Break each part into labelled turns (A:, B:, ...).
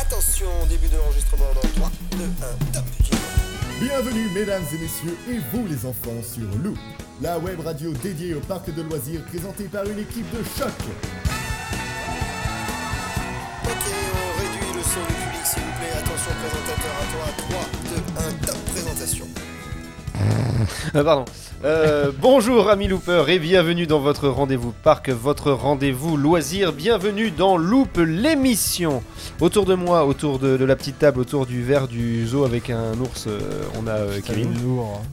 A: Attention, début de l'enregistrement dans 3, 2, 1, top
B: Bienvenue mesdames et messieurs et vous les enfants sur Loop, la web radio dédiée au parc de loisirs présentée par une équipe de choc.
A: Ok, on réduit le son du public s'il vous plaît. Attention, présentateur à toi. 3, 2, 1, top présentation.
C: Euh, Pardon. Euh, bonjour amis loopers et bienvenue dans votre rendez-vous parc, votre rendez-vous loisir. Bienvenue dans Loop l'émission. Autour de moi, autour de, de la petite table, autour du verre du zoo avec un ours, euh, on a euh, Kevin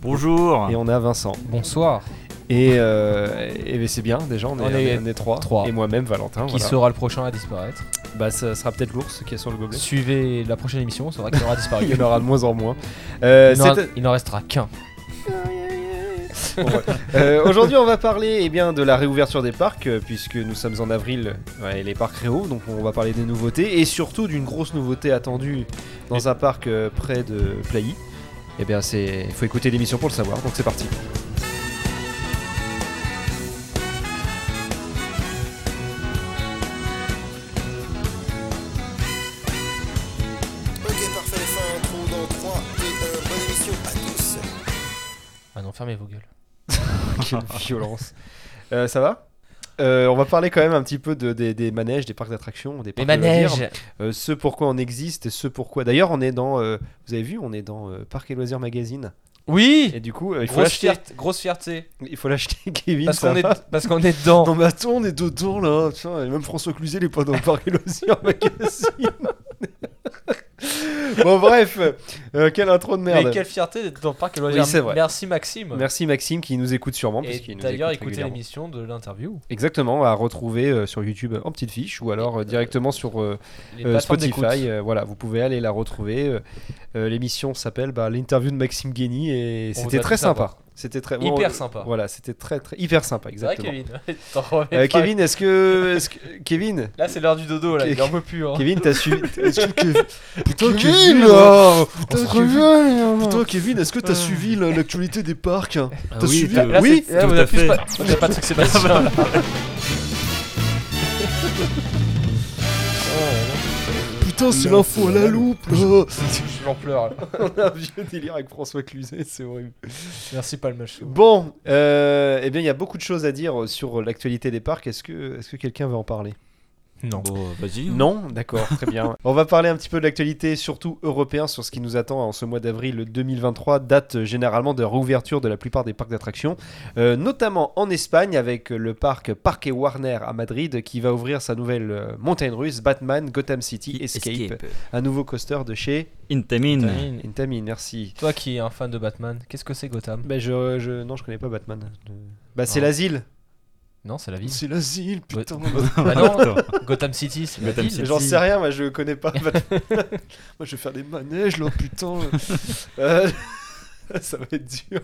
D: Bonjour
C: et on a Vincent.
E: Bonsoir.
C: Et, euh, et- et c'est bien déjà, on est,
E: On est
C: on est trois.
E: trois.
C: Et moi-même Valentin.
E: Qui
C: voilà.
E: sera le prochain à disparaître
C: Bah ça sera peut-être l'ours qui est sur le gobelet.
E: Suivez la prochaine émission, on saura qu'il aura disparu.
C: Il y en aura de moins en moins. Euh,
E: Il n'en-
C: c'est-
E: il n'en restera qu'un.
C: Euh, Aujourd'hui, on va parler eh bien, de la réouverture des parcs, euh, puisque nous sommes en avril ouais, et les parcs réouvrent, donc on va parler des nouveautés et surtout d'une grosse nouveauté attendue dans un parc euh, près de Plailly. Eh bien, c'est, faut écouter l'émission pour le savoir, donc c'est parti.
A: Ok, parfait, fin intro dans 3, 2, 1, bonne émission à tous.
E: Ah non, fermez vos gueules.
C: Quelle violence. Euh, ça va Euh, on va parler quand même un petit peu de- des, des manèges, des parcs d'attractions, des
E: Les
C: parcs de loisirs,
E: manèges
C: euh, ce pourquoi on existe et ce pourquoi. D'ailleurs, on est dans, euh, vous avez vu, on est dans euh, Parc et Loisirs Magazine.
E: Oui
C: Et du coup, euh, il faut
E: grosse,
C: l'acheter.
E: fierté, grosse fierté.
C: Il faut l'acheter, Kevin.
E: Parce
C: ça
E: qu'on est,
C: va
E: parce qu'on est dedans.
C: Non mais attends, on est deux tours là, Putain, et même François Cluzet il est pas dans le parc Loisirs magazine. bon bref, euh, quelle intro de merde.
E: Mais quelle fierté d'être dans le parc et
C: Oui,
E: loisirs.
C: c'est vrai.
E: Merci Maxime.
C: Merci Maxime qui nous écoute sûrement. parce
E: Et
C: qu'il nous
E: d'ailleurs,
C: écoute
E: écoutez
C: régulièrement.
E: l'émission de l'interview.
C: Exactement, à retrouver euh, sur YouTube en petite fiche ou alors euh, directement sur euh,
E: Les
C: euh,
E: plateformes d'écoute.
C: Spotify. euh, voilà, vous pouvez aller la retrouver. euh, euh, l'émission s'appelle bah, l'interview de Maxime Guény et
E: On
C: c'était
E: vous a
C: très
E: tout
C: sympa.
E: savoir.
C: C'était très bon,
E: Hyper
C: euh,
E: sympa.
C: Voilà, c'était très très hyper sympa
E: C'est vrai,
C: exactement.
E: Kevin. T'en remets
C: Euh,
E: pas.
C: Kevin, est-ce que, est-ce que Kevin,
E: Là, c'est l'heure du dodo. Là,
C: Ke-
E: il en veut plus. hein.
C: Kevin, t'as suivi. Est-ce que Kev- Putain,
B: Kevin,
C: Kevin,
B: là
C: oh, putain, Kevin, putain, Kevin, est-ce que t'as
E: Ah.
C: suivi la- l'actualité des parcs hein? T'as
D: oui,
C: suivi
D: t'as-
E: Là,
C: Ah Oui.
E: c'est- là,
D: tout
E: on
D: à
E: a plus
D: fait.
E: pas- on a pas de truc Sébastien. là.
B: Putain, c'est l'info à la loupe. là.
E: J'en pleure. là.
C: On a un vieux délire avec François Cluzet, c'est horrible.
E: Merci, Palmach.
C: Bon, euh, eh bien, il y a beaucoup de choses à dire sur l'actualité des parcs. Est-ce que, est-ce que quelqu'un veut en parler
E: Non.
D: Bon, vas-y.
C: Non, d'accord, très bien. On va parler un petit peu de l'actualité, surtout européen, sur ce qui nous attend en ce mois d'avril 2023, date euh, généralement de réouverture de la plupart des parcs d'attractions, euh, notamment en Espagne avec euh, le parc Parque Warner à Madrid qui va ouvrir sa nouvelle euh, montagne russe, Batman Gotham City Escape, un nouveau coaster de chez
D: Intamin.
E: Tamine,
C: Intamin, merci.
E: Toi qui es un fan de Batman, qu'est-ce que c'est Gotham
C: Bah, je, je- non, je connais pas Batman. Je- Bah, c'est
E: Ah.
C: l'asile.
E: Non, c'est la ville.
B: C'est l'asile, putain.
C: Ah
E: Bah non, Gotham City, c'est la
D: Gotham
E: ville.
D: City.
C: J'en
D: Si.
C: sais rien, moi je connais pas Batman.
B: Moi, je vais faire des manèges, là, putain.
C: oh, Euh, ça va être dur.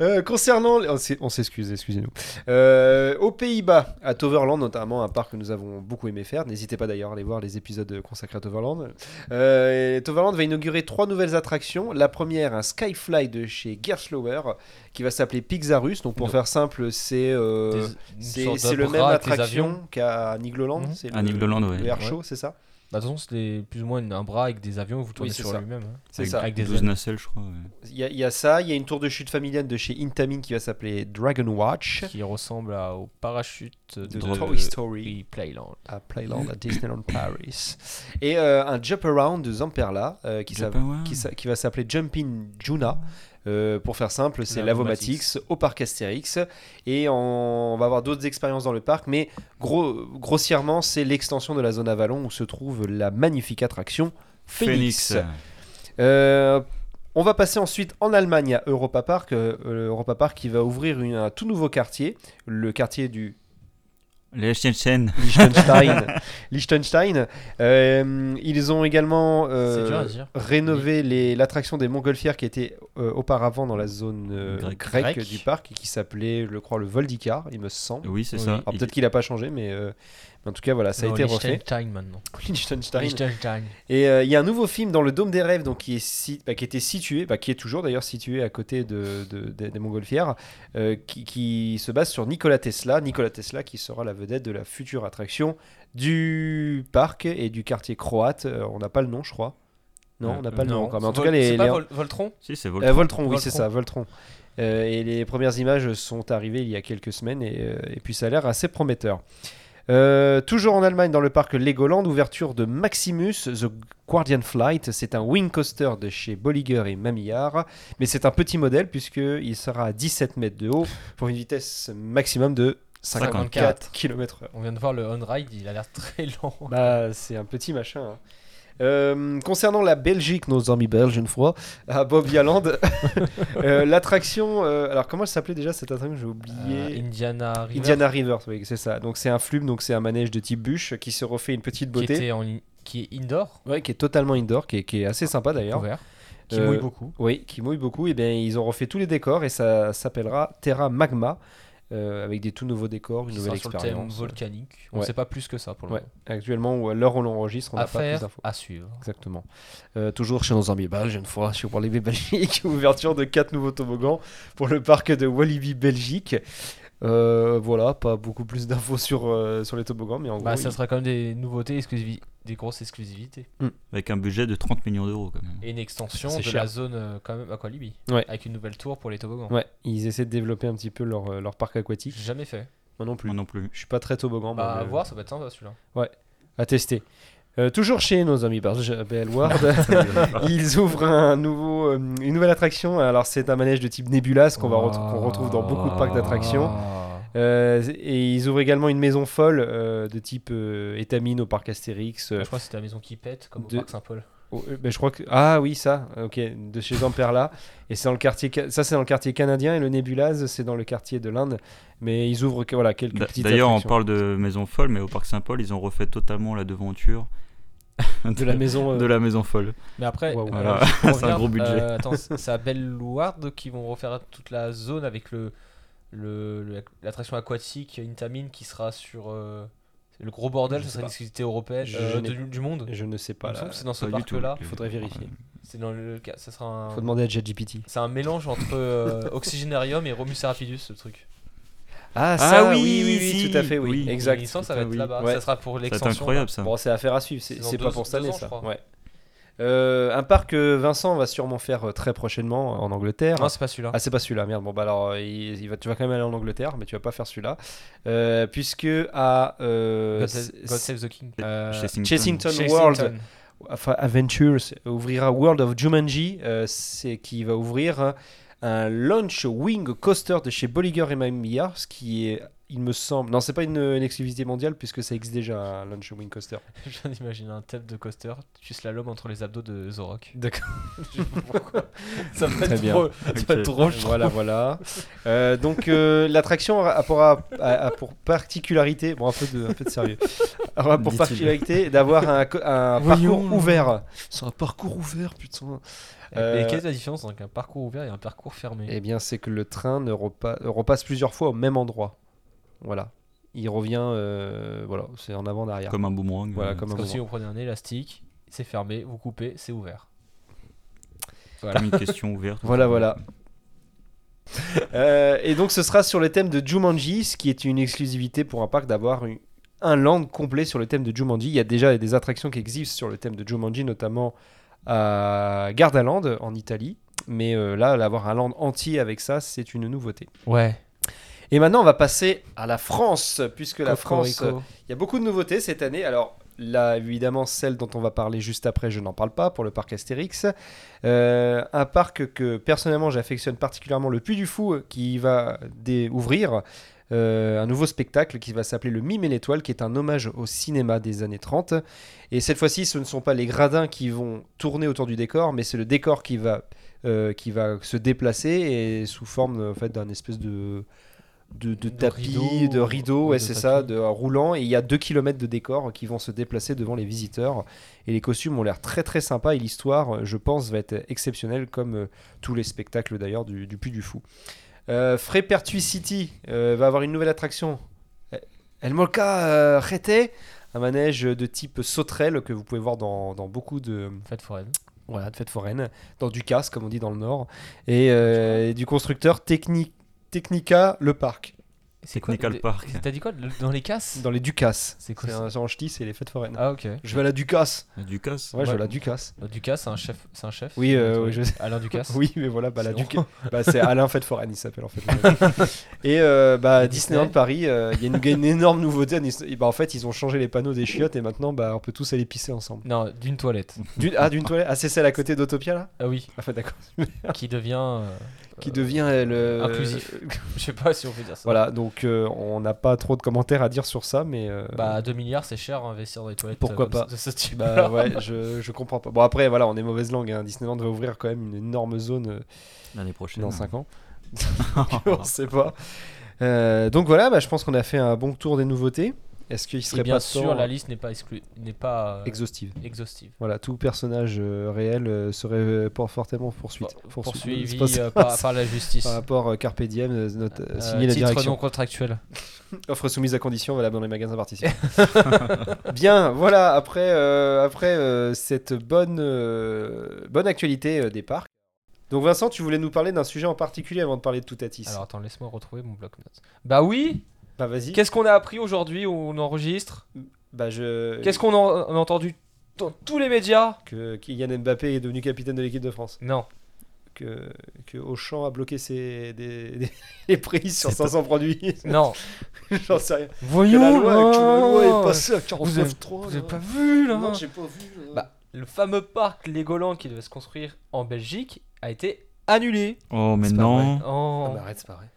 C: Euh, concernant. les- on s'est- On s'excuse, excusez-nous. Euh, aux Pays-Bas, à Toverland notamment, un parc que nous avons beaucoup aimé faire. N'hésitez pas d'ailleurs à aller voir les épisodes consacrés à Toverland. Euh, et Toverland va inaugurer trois nouvelles attractions. La première, un Skyfly de chez Gerstlauer qui va s'appeler Pixarus. Donc pour
E: Non.
C: faire simple, c'est. euh,
E: Des- une
C: c'est
E: sorte
C: c'est le
E: d'opéra
C: même
E: avec les
C: attraction
E: avions.
C: qu'à Nigloland.
E: Mhm.
C: C'est
D: Un
C: le-
D: Nigloland, ouais.
C: Le air
E: Ouais.
C: show, c'est ça
E: Bah, de toute façon, c'est plus ou moins une- un bras avec des avions, vous tournez
C: c'est
E: sur
C: ça.
E: lui-même. hein.
C: C'est
D: Avec
C: ça.
E: Avec des
D: 12
E: ailes.
D: nacelles, je crois. ouais.
C: Il y, a- il y a ça, il y a une tour de chute familiale de chez Intamin qui va s'appeler Dragon Watch.
E: Qui ressemble à- au parachute de,
C: De
D: Drone.
C: Toy Story
E: de Playland.
C: à Playland à Disneyland Paris. Et euh, un Jump Around de Zamperla euh, qui, s'a-
D: Japan, ouais.
C: qui, s'a- qui va s'appeler Jumping Juna. Euh, pour faire simple, c'est Lavomatix
D: Lavomatics.
C: au parc Astérix. Et on, on va avoir d'autres expériences dans le parc, mais gros, grossièrement, c'est l'extension de la zone Avalon où se trouve la magnifique attraction Phoenix. Euh, on va passer ensuite en Allemagne à Europa Park. euh, euh, Europa Park qui va ouvrir une- un tout nouveau quartier, le quartier du
D: Les Schenchen.
C: Liechtenstein. Liechtenstein. Euh, ils ont également euh,
E: C'est dur à dire.
C: rénové les- l'attraction des montgolfières qui était euh, auparavant dans la zone euh,
D: Grecque.
C: grecque
E: Grecque.
C: du parc et qui s'appelait, je crois, le Voldicar, il me semble.
D: Oui, c'est
E: Oui.
D: ça.
C: Alors
D: Il-
C: peut-être qu'il n'a pas changé, mais, euh, Mais en tout cas, voilà, ça a
E: Non,
C: été refait.
E: Liechtenstein maintenant.
C: Liechtenstein.
E: Liechtenstein.
C: Et euh, il y a un nouveau film dans le Dôme des Rêves, donc, qui, est si- bah, qui était situé, bah, qui est toujours d'ailleurs situé à côté de, de- de- des Montgolfières, euh, qui, qui se base sur Nikola Tesla. Nikola Tesla qui sera la vedette de la future attraction du parc et du quartier croate. Euh, on n'a pas le nom, je crois. Non,
D: Euh,
C: on n'a pas le nom
E: Non,
C: encore. Mais en
E: c'est
C: tout
E: Vol-
C: cas, les,
E: c'est pas
C: les-
E: Vol- Voltron
D: Si, c'est
C: euh,
D: Voltron.
C: Voltron, oui,
E: Voltron.
C: c'est ça, Voltron. Euh, et les premières images sont arrivées il y a quelques semaines et, euh, et puis ça a l'air assez prometteur. Euh, toujours en Allemagne, dans le parc Legoland, ouverture de Maximus The Guardian Flight. C'est un wing coaster de chez Bolliger et Mamillard, mais c'est un petit modèle puisqu'il sera à 17 mètres de haut pour une vitesse maximum de 54 km/h.
E: On vient de voir le on-ride, il a l'air très lent.
C: Bah, c'est un petit machin. hein. Euh, concernant la Belgique, nos amis belges, une fois, à Bobbialand, euh, l'attraction. euh, alors, comment elle s'appelait déjà cette attraction J'ai
E: Euh,
C: oublié.
E: Indiana River
C: Indiana River, oui, c'est ça. Donc, c'est un flume, donc c'est un manège de type bûche qui se refait une petite
E: qui,
C: beauté.
E: était en, qui est indoor,
C: Ouais, qui est totalement indoor, qui est, qui est assez sympa d'ailleurs.
E: ouvert, Ah, qui
C: Euh,
E: mouille beaucoup.
C: Oui, qui mouille beaucoup. Et bien, ils ont refait tous les décors et ça s'appellera Terra Magma. euh, avec des tout nouveaux décors, une
E: Qui
C: nouvelle
E: sera sur le thème
C: expérience. euh,
E: volcanique. On
C: Ouais.
E: ne sait pas plus que ça pour le
C: Ouais,
E: moment.
C: actuellement, ou à l'heure où l'on enregistre, on n'a
E: À
C: pas plus
E: faire,
C: d'infos.
E: à suivre.
C: Exactement. Euh, toujours chez nos amis belges, une fois, sur Walibi Belgique, ouverture de quatre nouveaux toboggans pour le parc de Walibi Belgique. Euh, voilà, pas beaucoup plus d'infos sur, euh, sur les toboggans, mais en
E: Bah,
C: gros.
E: ça
C: il-
E: sera quand même des nouveautés, exclusivi- des grosses exclusivités.
D: Avec un budget de 30 millions d'euros quand même.
E: Et une extension
C: C'est
E: de
C: cher.
E: la zone euh, quand même Aqualibi.
C: Ouais.
E: Avec une nouvelle tour pour les toboggans.
C: Ouais, ils essaient de développer un petit peu leur, euh, leur parc aquatique.
E: J'ai jamais fait.
C: Moi non plus.
D: Moi non plus.
C: Je suis pas très toboggan. moi,
E: Bah, à
C: mais- euh,
E: voir, ça va être sympa celui-là.
C: à tester. Euh, toujours chez nos amis belges, euh, BL Ward, ils ouvrent un nouveau, euh, une nouvelle attraction. Alors c'est un manège de type nébulas qu'on va re- qu'on retrouve dans beaucoup de parcs d'attractions.
E: Ah.
C: Euh, et ils ouvrent également une maison folle euh, de type euh, étamine au parc Astérix. euh,
E: Je crois que c'était la maison qui pète, comme
C: de-
E: au parc Saint-Paul.
C: au- euh, ben, je crois que ah oui ça, ok, de chez Zamperla. et c'est dans le quartier ca- ça c'est dans le quartier canadien et le Nebulaz c'est dans le quartier de l'Inde. Mais ils ouvrent que- voilà quelques
D: D'a-
C: petites.
D: D'ailleurs, on
C: attractions.
D: parle de Maison Folle, mais au Parc Saint-Paul, ils ont refait totalement la devanture
C: de la maison. euh,
D: de la Maison Folle.
E: Mais après,
C: Waouh.
E: euh,
D: Voilà.
E: juste pour
D: C'est un
E: revenir,
D: gros budget.
E: euh, attends, c'est c'est à Bellward qui vont refaire toute la zone avec le le- le- l'attraction aquatique Intamin qui sera sur euh, le gros bordel.
C: Je
E: Ce
C: sais
E: sera une
C: pas.
E: exclusivité européenne
C: Je
E: euh,
C: n'ai-
E: de- du monde.
C: Je ne sais
E: Il
C: pas.
E: me
C: là.
E: semble que c'est dans ce
D: Pas du tout.
E: parc-là.
D: Les-
C: Faudrait vérifier.
E: C'est dans le cas. Ça sera un.
C: Faut demander à ChatGPT.
E: C'est un mélange entre euh, Oxygénarium et Romus Serapidus, ce truc.
C: Ah,
D: Ah
C: ça,
D: oui,
C: oui, oui,
D: oui,
C: oui,
D: si.
C: tout à fait, Eh oui,
D: Oui.
C: exact.
E: Et il sent que ça va
D: Putain,
E: être
D: oui.
E: là-bas.
C: Ouais.
E: Ça sera pour
D: C'est
E: l'extension.
D: incroyable ça.
C: Bon, c'est affaire à suivre,
E: C'est
C: c'est
E: dans
C: c'est
E: deux-
C: pas pour cette
E: deux
C: année,
E: ans, je
C: ça.
E: crois.
C: Ouais. Euh, un parc que Vincent va sûrement faire euh, très prochainement en Angleterre.
E: Non, c'est pas celui-là.
C: Ah, c'est pas celui-là, merde. Bon, bah alors, euh, il, il va, tu vas quand même aller en Angleterre, mais tu vas pas faire celui-là. Euh, puisque à. euh,
E: God,
C: c-
E: Save, God Save the King.
C: euh,
D: Chessington.
C: Chessington
E: Chessington.
C: World enfin, Adventures ouvrira World of Jumanji, euh, c'est qui va ouvrir un- un launch wing coaster de chez Bolliger et Mamillard, ce qui est, il me semble, non, c'est pas une, une exclusivité mondiale puisque ça existe déjà un launch wing coaster.
E: Je viens d'imaginer un thème de coaster. Tu slalom entre les abdos de Zorok.
C: D'accord.
E: Ça va
C: Très
E: être
C: bien.
E: drôle. Ça va être
D: Ok.
E: drôle, je trouve.
C: Voilà, voilà. Euh, donc euh, l'attraction aura- a pour, a- a- a pour particularité, bon un peu de, un peu de sérieux, aura pour
D: Dit-il.
C: particularité d'avoir un, co- un
D: Voyons.
C: parcours ouvert. C'est un parcours ouvert, putain.
E: Mais
C: Euh,
E: quelle est la différence entre un parcours ouvert et un parcours fermé
C: Eh bien, c'est que le train ne repa- euh, repasse plusieurs fois au même endroit. Voilà. Il revient, euh, voilà, c'est en avant, en arrière.
D: Comme un boomerang.
C: Voilà,
D: euh,
C: comme
E: C'est
C: un
E: comme si
C: moment.
E: vous prenez un élastique, c'est fermé, vous coupez, c'est ouvert.
D: comme une question ouverte.
C: Voilà, voilà. Euh, et donc, ce sera sur le thème de Jumanji, ce qui est une exclusivité pour un parc d'avoir eu un land complet sur le thème de Jumanji. Il y a déjà des attractions qui existent sur le thème de Jumanji, notamment à Gardaland en Italie. Mais euh, là, avoir un land entier avec ça, c'est une nouveauté.
E: Ouais.
C: Et maintenant, on va passer à la France, puisque la France euh, Il y a beaucoup de nouveautés cette année. Alors là, évidemment, celle dont on va parler juste après, je n'en parle pas pour le parc Astérix. Euh, un parc que personnellement j'affectionne particulièrement, le Puy du Fou, euh, qui va dé- ouvrir euh, un nouveau spectacle qui va s'appeler Le Mime et l'Étoile, qui est un hommage au cinéma des années 30. Et cette fois-ci, ce ne sont pas les gradins qui vont tourner autour du décor, mais c'est le décor qui va, euh, qui va se déplacer et sous forme en fait, d'un espèce de. De, de
E: De
C: tapis,
E: rideau,
C: de rideau,
E: ou
C: ouais,
E: de
C: c'est
E: tapis.
C: ça, de un roulant. Et il y a 2 km de décor qui vont se déplacer devant les visiteurs. Et les costumes ont l'air très très sympas. Et l'histoire, euh, je pense, va être exceptionnelle, comme euh, tous les spectacles d'ailleurs du, du Puy du Fou. Euh, Frépertuis City euh, va avoir une nouvelle attraction. El Molca euh, Rete, un manège de type sauterelle que vous pouvez voir dans, dans beaucoup de,
E: Fête foraine.
C: voilà, de fêtes foraines, dans du casse, comme on dit dans le Nord, et, euh, et du constructeur Techni- Technica Le Parc,
E: C'est
D: Technical
E: quoi,
D: Park.
E: T'as dit quoi le- Dans les casses
C: dans les Ducasses.
E: C'est quoi
C: C'est
E: ça
C: un en ch'ti, c'est les fêtes foraines.
E: Ah, ok.
C: Je vais à la Ducasse.
D: Du casse.
C: Ouais, je vais à la
E: Ouais.
C: Ducasse.
E: Euh, Ducasse, c'est un chef. C'est un chef
C: Oui, euh,
E: Antoine-
C: oui, je sais.
E: Alain Ducasse.
C: Oui, mais voilà, bah, la
E: C'est
C: Duc-
E: bon.
C: bah, c'est Alain Fête Foraine, il s'appelle en fait. et euh, bah,
E: Disney.
C: Disneyland Paris, euh, il y a une, une énorme nouveauté. à Disney- et bah, en fait, ils ont changé les panneaux des chiottes et maintenant, bah, on peut tous aller pisser ensemble.
E: Non, d'une toilette.
C: Du- ah, d'une toilette Ah, c'est celle à côté d'Autopia là
E: Ah oui,
C: Ah, d'accord.
E: qui devient. euh,
C: Qui devient euh, le.
E: Inclusif. Je sais pas si on peut dire ça.
C: Voilà, donc euh, on n'a pas trop de commentaires à dire sur ça, mais. euh,
E: Bah, 2 milliards, c'est cher à investir dans les toilettes.
C: Pourquoi
E: euh, comme
C: pas.
E: ça, De ce type
C: Bah ouais, je, je comprends pas. Bon après, voilà, on est mauvaise langue. hein. Disneyland va ouvrir quand même une énorme zone euh,
D: L'année prochaine.
C: dans 5 ans. on sait pas. Euh, donc voilà, bah, je pense qu'on a fait un bon tour des nouveautés. Est-ce qu'il serait
E: Et bien
C: pas
E: sûr,
C: temps-
E: la liste n'est pas, exclu... n'est pas euh,
C: exhaustive
E: exhaustive.
C: Voilà, tout personnage euh, réel euh, serait euh, pour- fortement poursuite.
E: Pour-
C: poursuivi,
E: Bah, Poursuivi
C: c'est pas
E: euh,
C: ça.
E: par, par la justice.
C: Par rapport euh, Carpe Diem, euh, note- euh,
E: Euh,
C: signer la
E: titre
C: direction.
E: non contractuel.
C: Offre soumise à condition, valable dans les magasins participants. Bien, voilà, après, euh, après euh, cette bonne, euh, bonne actualité euh, des parcs. Donc Vincent, tu voulais nous parler d'un sujet en particulier avant de parler de Toutatis.
E: Alors attends, laisse-moi retrouver mon bloc-notes. Bah oui
C: bah vas-y.
E: Qu'est-ce qu'on a appris aujourd'hui où On enregistre
C: Bah je...
E: Qu'est-ce qu'on en- on a entendu dans tous les médias
C: que Kylian Mbappé est devenu capitaine de l'équipe de France.
E: Non.
C: Que, que Auchan a bloqué ses des, des- les prix sur 500 produits.
E: Non.
C: J'en sais rien. Que
E: Voyons
C: la loi, que la loi est
E: là.
C: passée à
E: Vous avez-
C: 49.3.
E: oh. Vous avez
C: là.
E: pas vu hein. là
C: Non, j'ai pas vu. euh. là.
E: Bah, le fameux parc Legoland qui devait se construire en Belgique a été annulé.
D: Oh, mais
C: C'est pas
D: non.
E: Oh.
C: Ah, mais arrête, c'est pas vrai.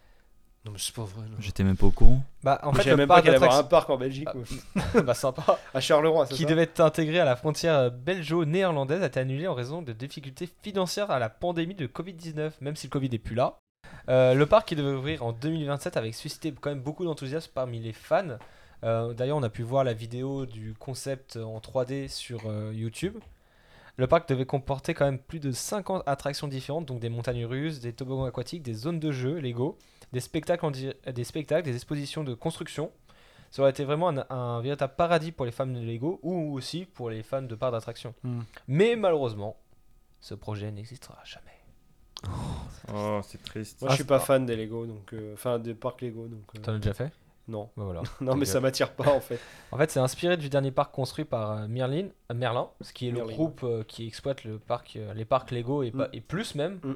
C: Non mais c'est pas vrai. non.
D: J'étais même pas au courant.
E: Bah, en
C: Je
E: fait,
C: savais
E: le
C: même pas
E: parc
C: qu'il allait avoir un
E: d'attractions-
C: parc en Belgique.
E: Ah.
C: ouais.
E: bah, sympa,
C: À Charleroi, c'est
E: qui
C: ça
E: devait être intégré à la frontière euh, belgeo-néerlandaise a été annulé en raison de difficultés financières à la pandémie de Covid-19, même si le Covid n'est plus là. Euh, le parc qui devait ouvrir en 2027 avait suscité quand même beaucoup d'enthousiasme parmi les fans. Euh, D'ailleurs, on a pu voir la vidéo du concept en 3D sur euh, YouTube. Le parc devait comporter quand même plus de 50 attractions différentes, donc des montagnes russes, des toboggans aquatiques, des zones de jeu Lego, des spectacles, en di- des spectacles, des expositions de construction. Ça aurait été vraiment un, un véritable paradis pour les fans de Lego ou aussi pour les fans de parcs d'attraction.
C: Hmm.
E: Mais malheureusement, ce projet n'existera jamais.
D: Oh, c'est triste.
C: Moi, je suis
E: Ah,
C: pas fan des Lego, donc euh, enfin des parcs Lego, donc euh,
E: T'en as déjà fait
C: non,
E: Bah voilà.
C: non, mais ça m'attire pas en fait.
E: En fait, c'est inspiré du dernier parc construit par euh, Merlin, euh, Merlin, ce qui est le
C: Merlin,
E: groupe euh, qui exploite le parc, euh, les parcs Lego et, pas- et plus même,
C: Mm.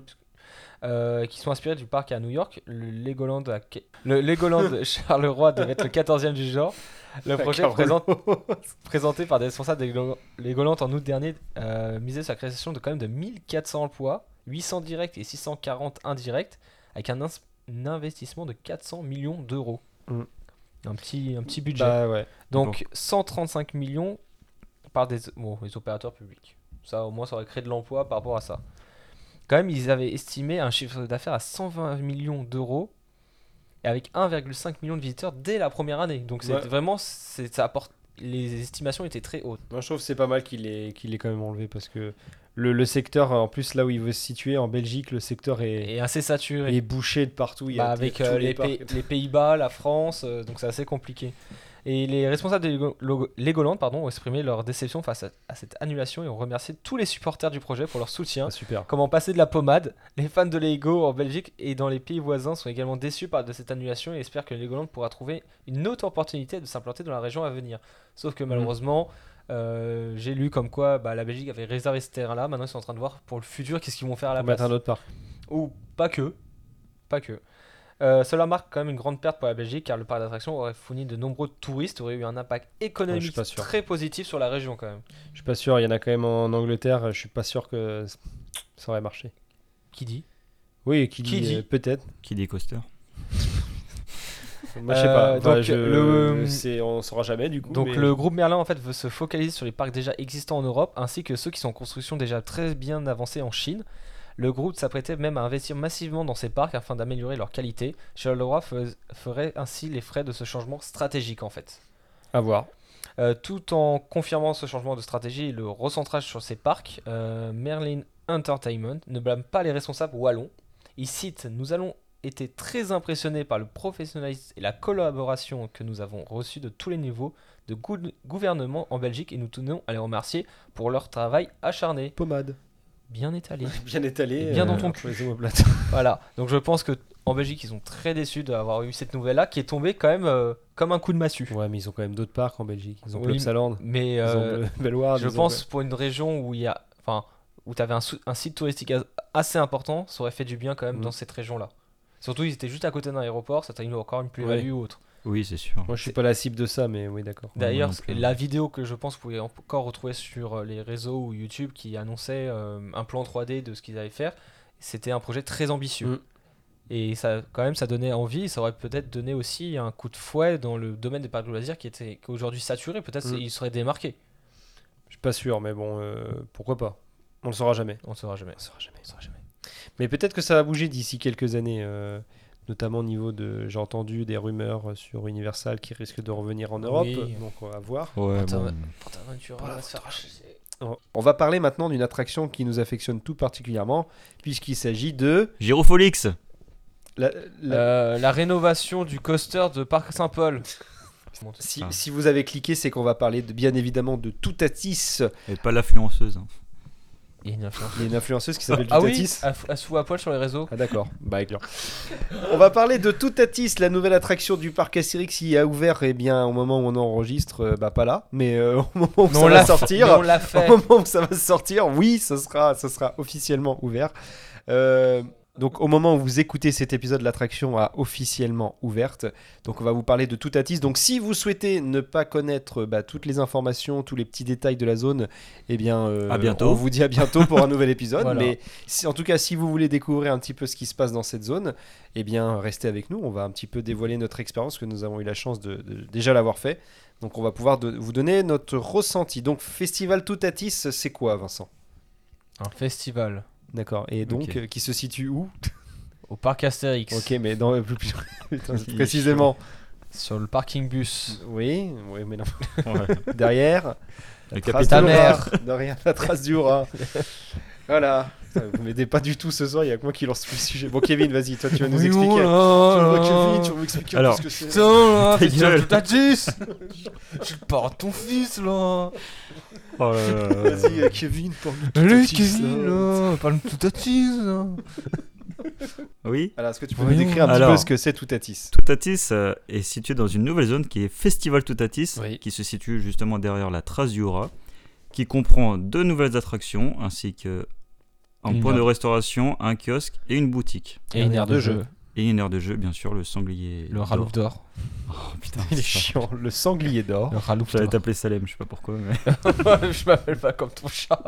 E: euh, qui sont inspirés du parc à New York. Le Legoland, à... Ca- le Legoland Charleroi devait être le 14e du genre. Le projet
C: Carolo.
E: présente- présenté par des responsables des Lego- Legoland en août dernier euh, misait sur la création de quand même de 1400 emplois, 800 directs et 640 indirects, avec un, ins- un investissement de 400 millions d'euros.
C: Mm.
E: Un petit, un petit budget.
C: bah ouais.
E: Donc 135 millions par des bon, les opérateurs publics. Ça au moins ça aurait créé de l'emploi par rapport à ça. Quand même ils avaient estimé un chiffre d'affaires à 120 millions d'euros et avec 1,5 million de visiteurs dès la première année. Donc c'est
C: Ouais.
E: vraiment c'est ça apporte les estimations étaient très hautes.
C: Moi, je trouve que c'est pas mal qu'il ait qu'il ait quand même enlevé parce que le, le secteur, en plus là où il veut se situer en Belgique, le secteur est,
E: Et assez saturé.
C: est bouché de partout. Il y a-
E: Bah,
C: il y a
E: avec
C: tous
E: euh, les,
C: parcs.
E: Pays- les Pays-Bas, la France, euh, donc c'est assez compliqué. Et les responsables de Lego- Logo- Legoland pardon, ont exprimé leur déception face à, à cette annulation et ont remercié tous les supporters du projet pour leur soutien
C: Ah, super.
E: Comment passer de la pommade Les fans de Lego en Belgique et dans les pays voisins sont également déçus par de cette annulation et espèrent que Legoland pourra trouver une autre opportunité de s'implanter dans la région à venir. Sauf
C: Mm.
E: que malheureusement, euh, j'ai lu comme quoi bah, la Belgique avait réservé ce terrain-là. Maintenant, ils sont en train de voir pour le futur qu'est-ce qu'ils vont faire à la
C: Pour mettre
E: place.
C: un autre parc.
E: Ou pas que. Pas que. Euh, cela marque quand même une grande perte pour la Belgique car le parc d'attractions aurait fourni de nombreux touristes, aurait eu un impact économique
C: pas sûr.
E: très positif sur la région quand même.
C: Je suis pas sûr. Il y en a quand même en Angleterre. Je suis pas sûr que ça aurait marché.
E: Qui dit
C: Oui, qui dit,
E: Qui dit
C: euh, peut-être.
D: Qui dit coaster
C: Moi, je sais pas.
E: Euh,
C: Enfin,
E: donc,
C: je-
E: le-
C: c'est- on saura jamais du coup.
E: Donc
C: mais-
E: le groupe Merlin en fait veut se focaliser sur les parcs déjà existants en Europe ainsi que ceux qui sont en construction déjà très bien avancés en Chine. Le groupe s'apprêtait même à investir massivement dans ces parcs afin d'améliorer leur qualité. Charleroi fe- ferait ainsi les frais de ce changement stratégique en fait.
C: à voir.
E: Euh, tout en confirmant ce changement de stratégie et le recentrage sur ces parcs, euh, Merlin Entertainment ne blâme pas les responsables wallons. Il cite Nous allons été très impressionné par le professionnalisme et la collaboration que nous avons reçue de tous les niveaux de gou- gouvernement en Belgique et nous tenons à les remercier pour leur travail acharné.
C: Pommade.
E: Bien étalé.
C: Bien étalé.
E: Et bien dans
C: euh,
E: ton
C: entre
E: cul.
C: les omoplates.
E: Voilà, donc je pense que en Belgique, ils sont très déçus d'avoir eu cette nouvelle-là qui est tombée quand même euh, comme un coup de massue.
C: Ouais, mais ils ont quand même d'autres parcs en Belgique. Ils ont
E: Oui,
C: Plopsaland,
E: Mais
C: ils
E: euh,
C: ont le- Belloir.
E: je
C: ils ont-
E: pense pour une région où il y a, enfin, où t'avais un, sou- un site touristique as- assez important, ça aurait fait du bien quand même
C: Mm.
E: dans cette région-là. Surtout, ils étaient juste à côté d'un aéroport, ça t'a eu encore une plus-value ou autre.
D: Oui, c'est sûr.
C: Moi, je suis pas la cible de ça, mais oui, d'accord.
D: Ouais,
E: D'ailleurs,
D: moi non plus.
E: la vidéo que je pense que vous pouvez encore retrouver sur euh, les réseaux ou YouTube qui annonçait euh, un plan 3D de ce qu'ils allaient faire, c'était un projet très ambitieux.
C: Mm.
E: Et ça, quand même, ça donnait envie, ça aurait peut-être donné aussi un coup de fouet dans le domaine des parcs de loisirs qui était qui est aujourd'hui saturé, peut-être
C: Mm.
E: il serait démarqué.
C: Je suis pas sûr, mais bon, euh, pourquoi pas On le saura jamais.
E: On ne saura jamais.
C: On le saura jamais.
E: On saura jamais.
C: Mais peut-être que ça va bouger d'ici quelques années, euh, notamment au niveau de. J'ai entendu des rumeurs sur Universal qui risquent de revenir en Europe,
E: Oui.
C: donc on va voir.
D: Ouais,
E: Attends,
D: bon.
E: PortAventura
C: Voilà,
E: va se faire
C: On on va parler maintenant d'une attraction qui nous affectionne tout particulièrement, puisqu'il s'agit de.
D: Gyrofolix
C: La,
E: Euh, La...
C: la-
E: rénovation du coaster de Parc Saint-Paul.
C: Si,
D: Ah.
C: si vous avez cliqué, c'est qu'on va parler de, bien évidemment de Toutatis.
D: Et pas l'affluenceuse. hein.
E: Il y a une influence.
C: Il y a une influenceuse qui s'appelle
E: Ah oui,
C: Toutatis.
E: à, à sous à poil sur les réseaux.
C: Ah d'accord, bah éclair. On va parler de Toutatis, la nouvelle attraction du parc Astérix qui a ouvert eh bien, au moment où on enregistre, euh, bah pas là, mais euh, au moment où
E: Non,
C: ça
E: on
C: va
E: l'a-
C: sortir,
E: mais on l'a fait.
C: au moment où ça va sortir, oui, ça sera, ça sera officiellement ouvert. Euh, donc au moment où vous écoutez cet épisode, l'attraction a officiellement ouverte. Donc on va vous parler de Toutatis. Donc si vous souhaitez ne pas connaître bah, toutes les informations, tous les petits détails de la zone, eh bien euh,
D: À bientôt.
C: on vous dit à bientôt pour un nouvel épisode.
E: Voilà.
C: Mais si- en tout cas, si vous voulez découvrir un petit peu ce qui se passe dans cette zone, eh bien restez avec nous. On va un petit peu dévoiler notre expérience que nous avons eu la chance de, de- déjà l'avoir fait. Donc on va pouvoir de- vous donner notre ressenti. Donc Festival Toutatis, c'est quoi Vincent
E: Un festival
C: D'accord. Et donc
D: Ok.
C: euh, qui se situe où
E: au Parc Astérix.
C: Ok, mais dans euh, plus- plus- Putain,
D: Il est
C: précisément.
E: Sur le parking bus.
C: Oui, oui, mais non.
D: Ouais.
C: Derrière,
D: Le
C: trace
D: capitaine.
C: de
E: Ta mère.
C: Horace. Derrière la trace du rat. voilà. Putain, Vous m'aidez pas du tout ce soir, il y a que moi qui lance tout le sujet. Bon, Kevin, vas-y, toi tu vas nous expliquer.
E: oh
C: Tu vas nous- Kevin, tu vas m'expliquer un peu
D: Alors.
C: ce que c'est.
E: Putain, là,
D: Ta
E: festival
D: gueule.
E: de Tatis Tu parles à ton fils, là
D: Oh là là là là.
C: Vas-y, euh, Kevin, pour nous tout
E: Lui,
C: petit,
E: Kevin,
C: ça.
E: là Parle de Tatis, là
D: Oui
C: Voilà, est-ce que tu peux nous
E: Voyons.
C: décrire un petit
D: Alors.
C: peu ce que c'est Toutatis
D: Toutatis euh, est situé dans une nouvelle zone qui est Festival Toutatis,
C: Oui.
D: qui se situe justement derrière la trace du Hora, qui comprend deux nouvelles attractions ainsi que un
E: Une
D: point de
E: heure.
D: restauration, un kiosque et une boutique.
E: Et une aire de jeu.
D: Et une aire de jeu, bien sûr, le sanglier.
E: Le
D: d'or.
E: Ralouf d'or.
D: Oh putain,
C: Il est
D: ça.
C: chiant, le sanglier d'or.
E: Le Ralouf
D: J'allais
E: d'or.
D: t'appeler Salem, je sais pas pourquoi. mais-
E: Je m'appelle pas comme ton chat.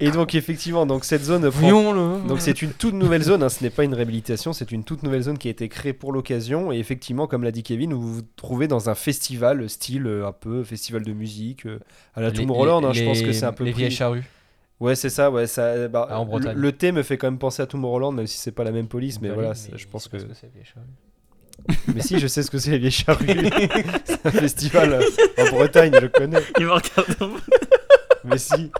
C: Et donc, effectivement, donc cette zone prend
E: Voyons, là
C: Donc c'est une toute nouvelle zone, hein, ce n'est pas une réhabilitation, c'est une toute nouvelle zone qui a été créée pour l'occasion. Et effectivement, comme l'a dit Kevin, vous vous trouvez dans un festival euh, style euh, un peu festival de musique euh, à la
E: Les-
C: Tomorrowland. hein,
E: les-
C: je pense que c'est un peu
E: Les
C: pris-
E: vieilles charrues.
C: Ouais, c'est ça. Ouais, ça. bah,
E: Ah, en
C: le-
E: Bretagne.
C: Le, thème me fait quand même penser à Tomorrowland, même si c'est pas la même police. Mais
E: Bah
C: voilà,
E: oui,
C: c'est-
E: mais
C: je pense
E: c'est
C: que.
E: parce c'est les vieilles charrues.
C: mais si, je sais ce que c'est les vieilles charrues. c'est un festival euh, en Bretagne, je connais.
D: Il m'a regardé en mode-
C: Mais si.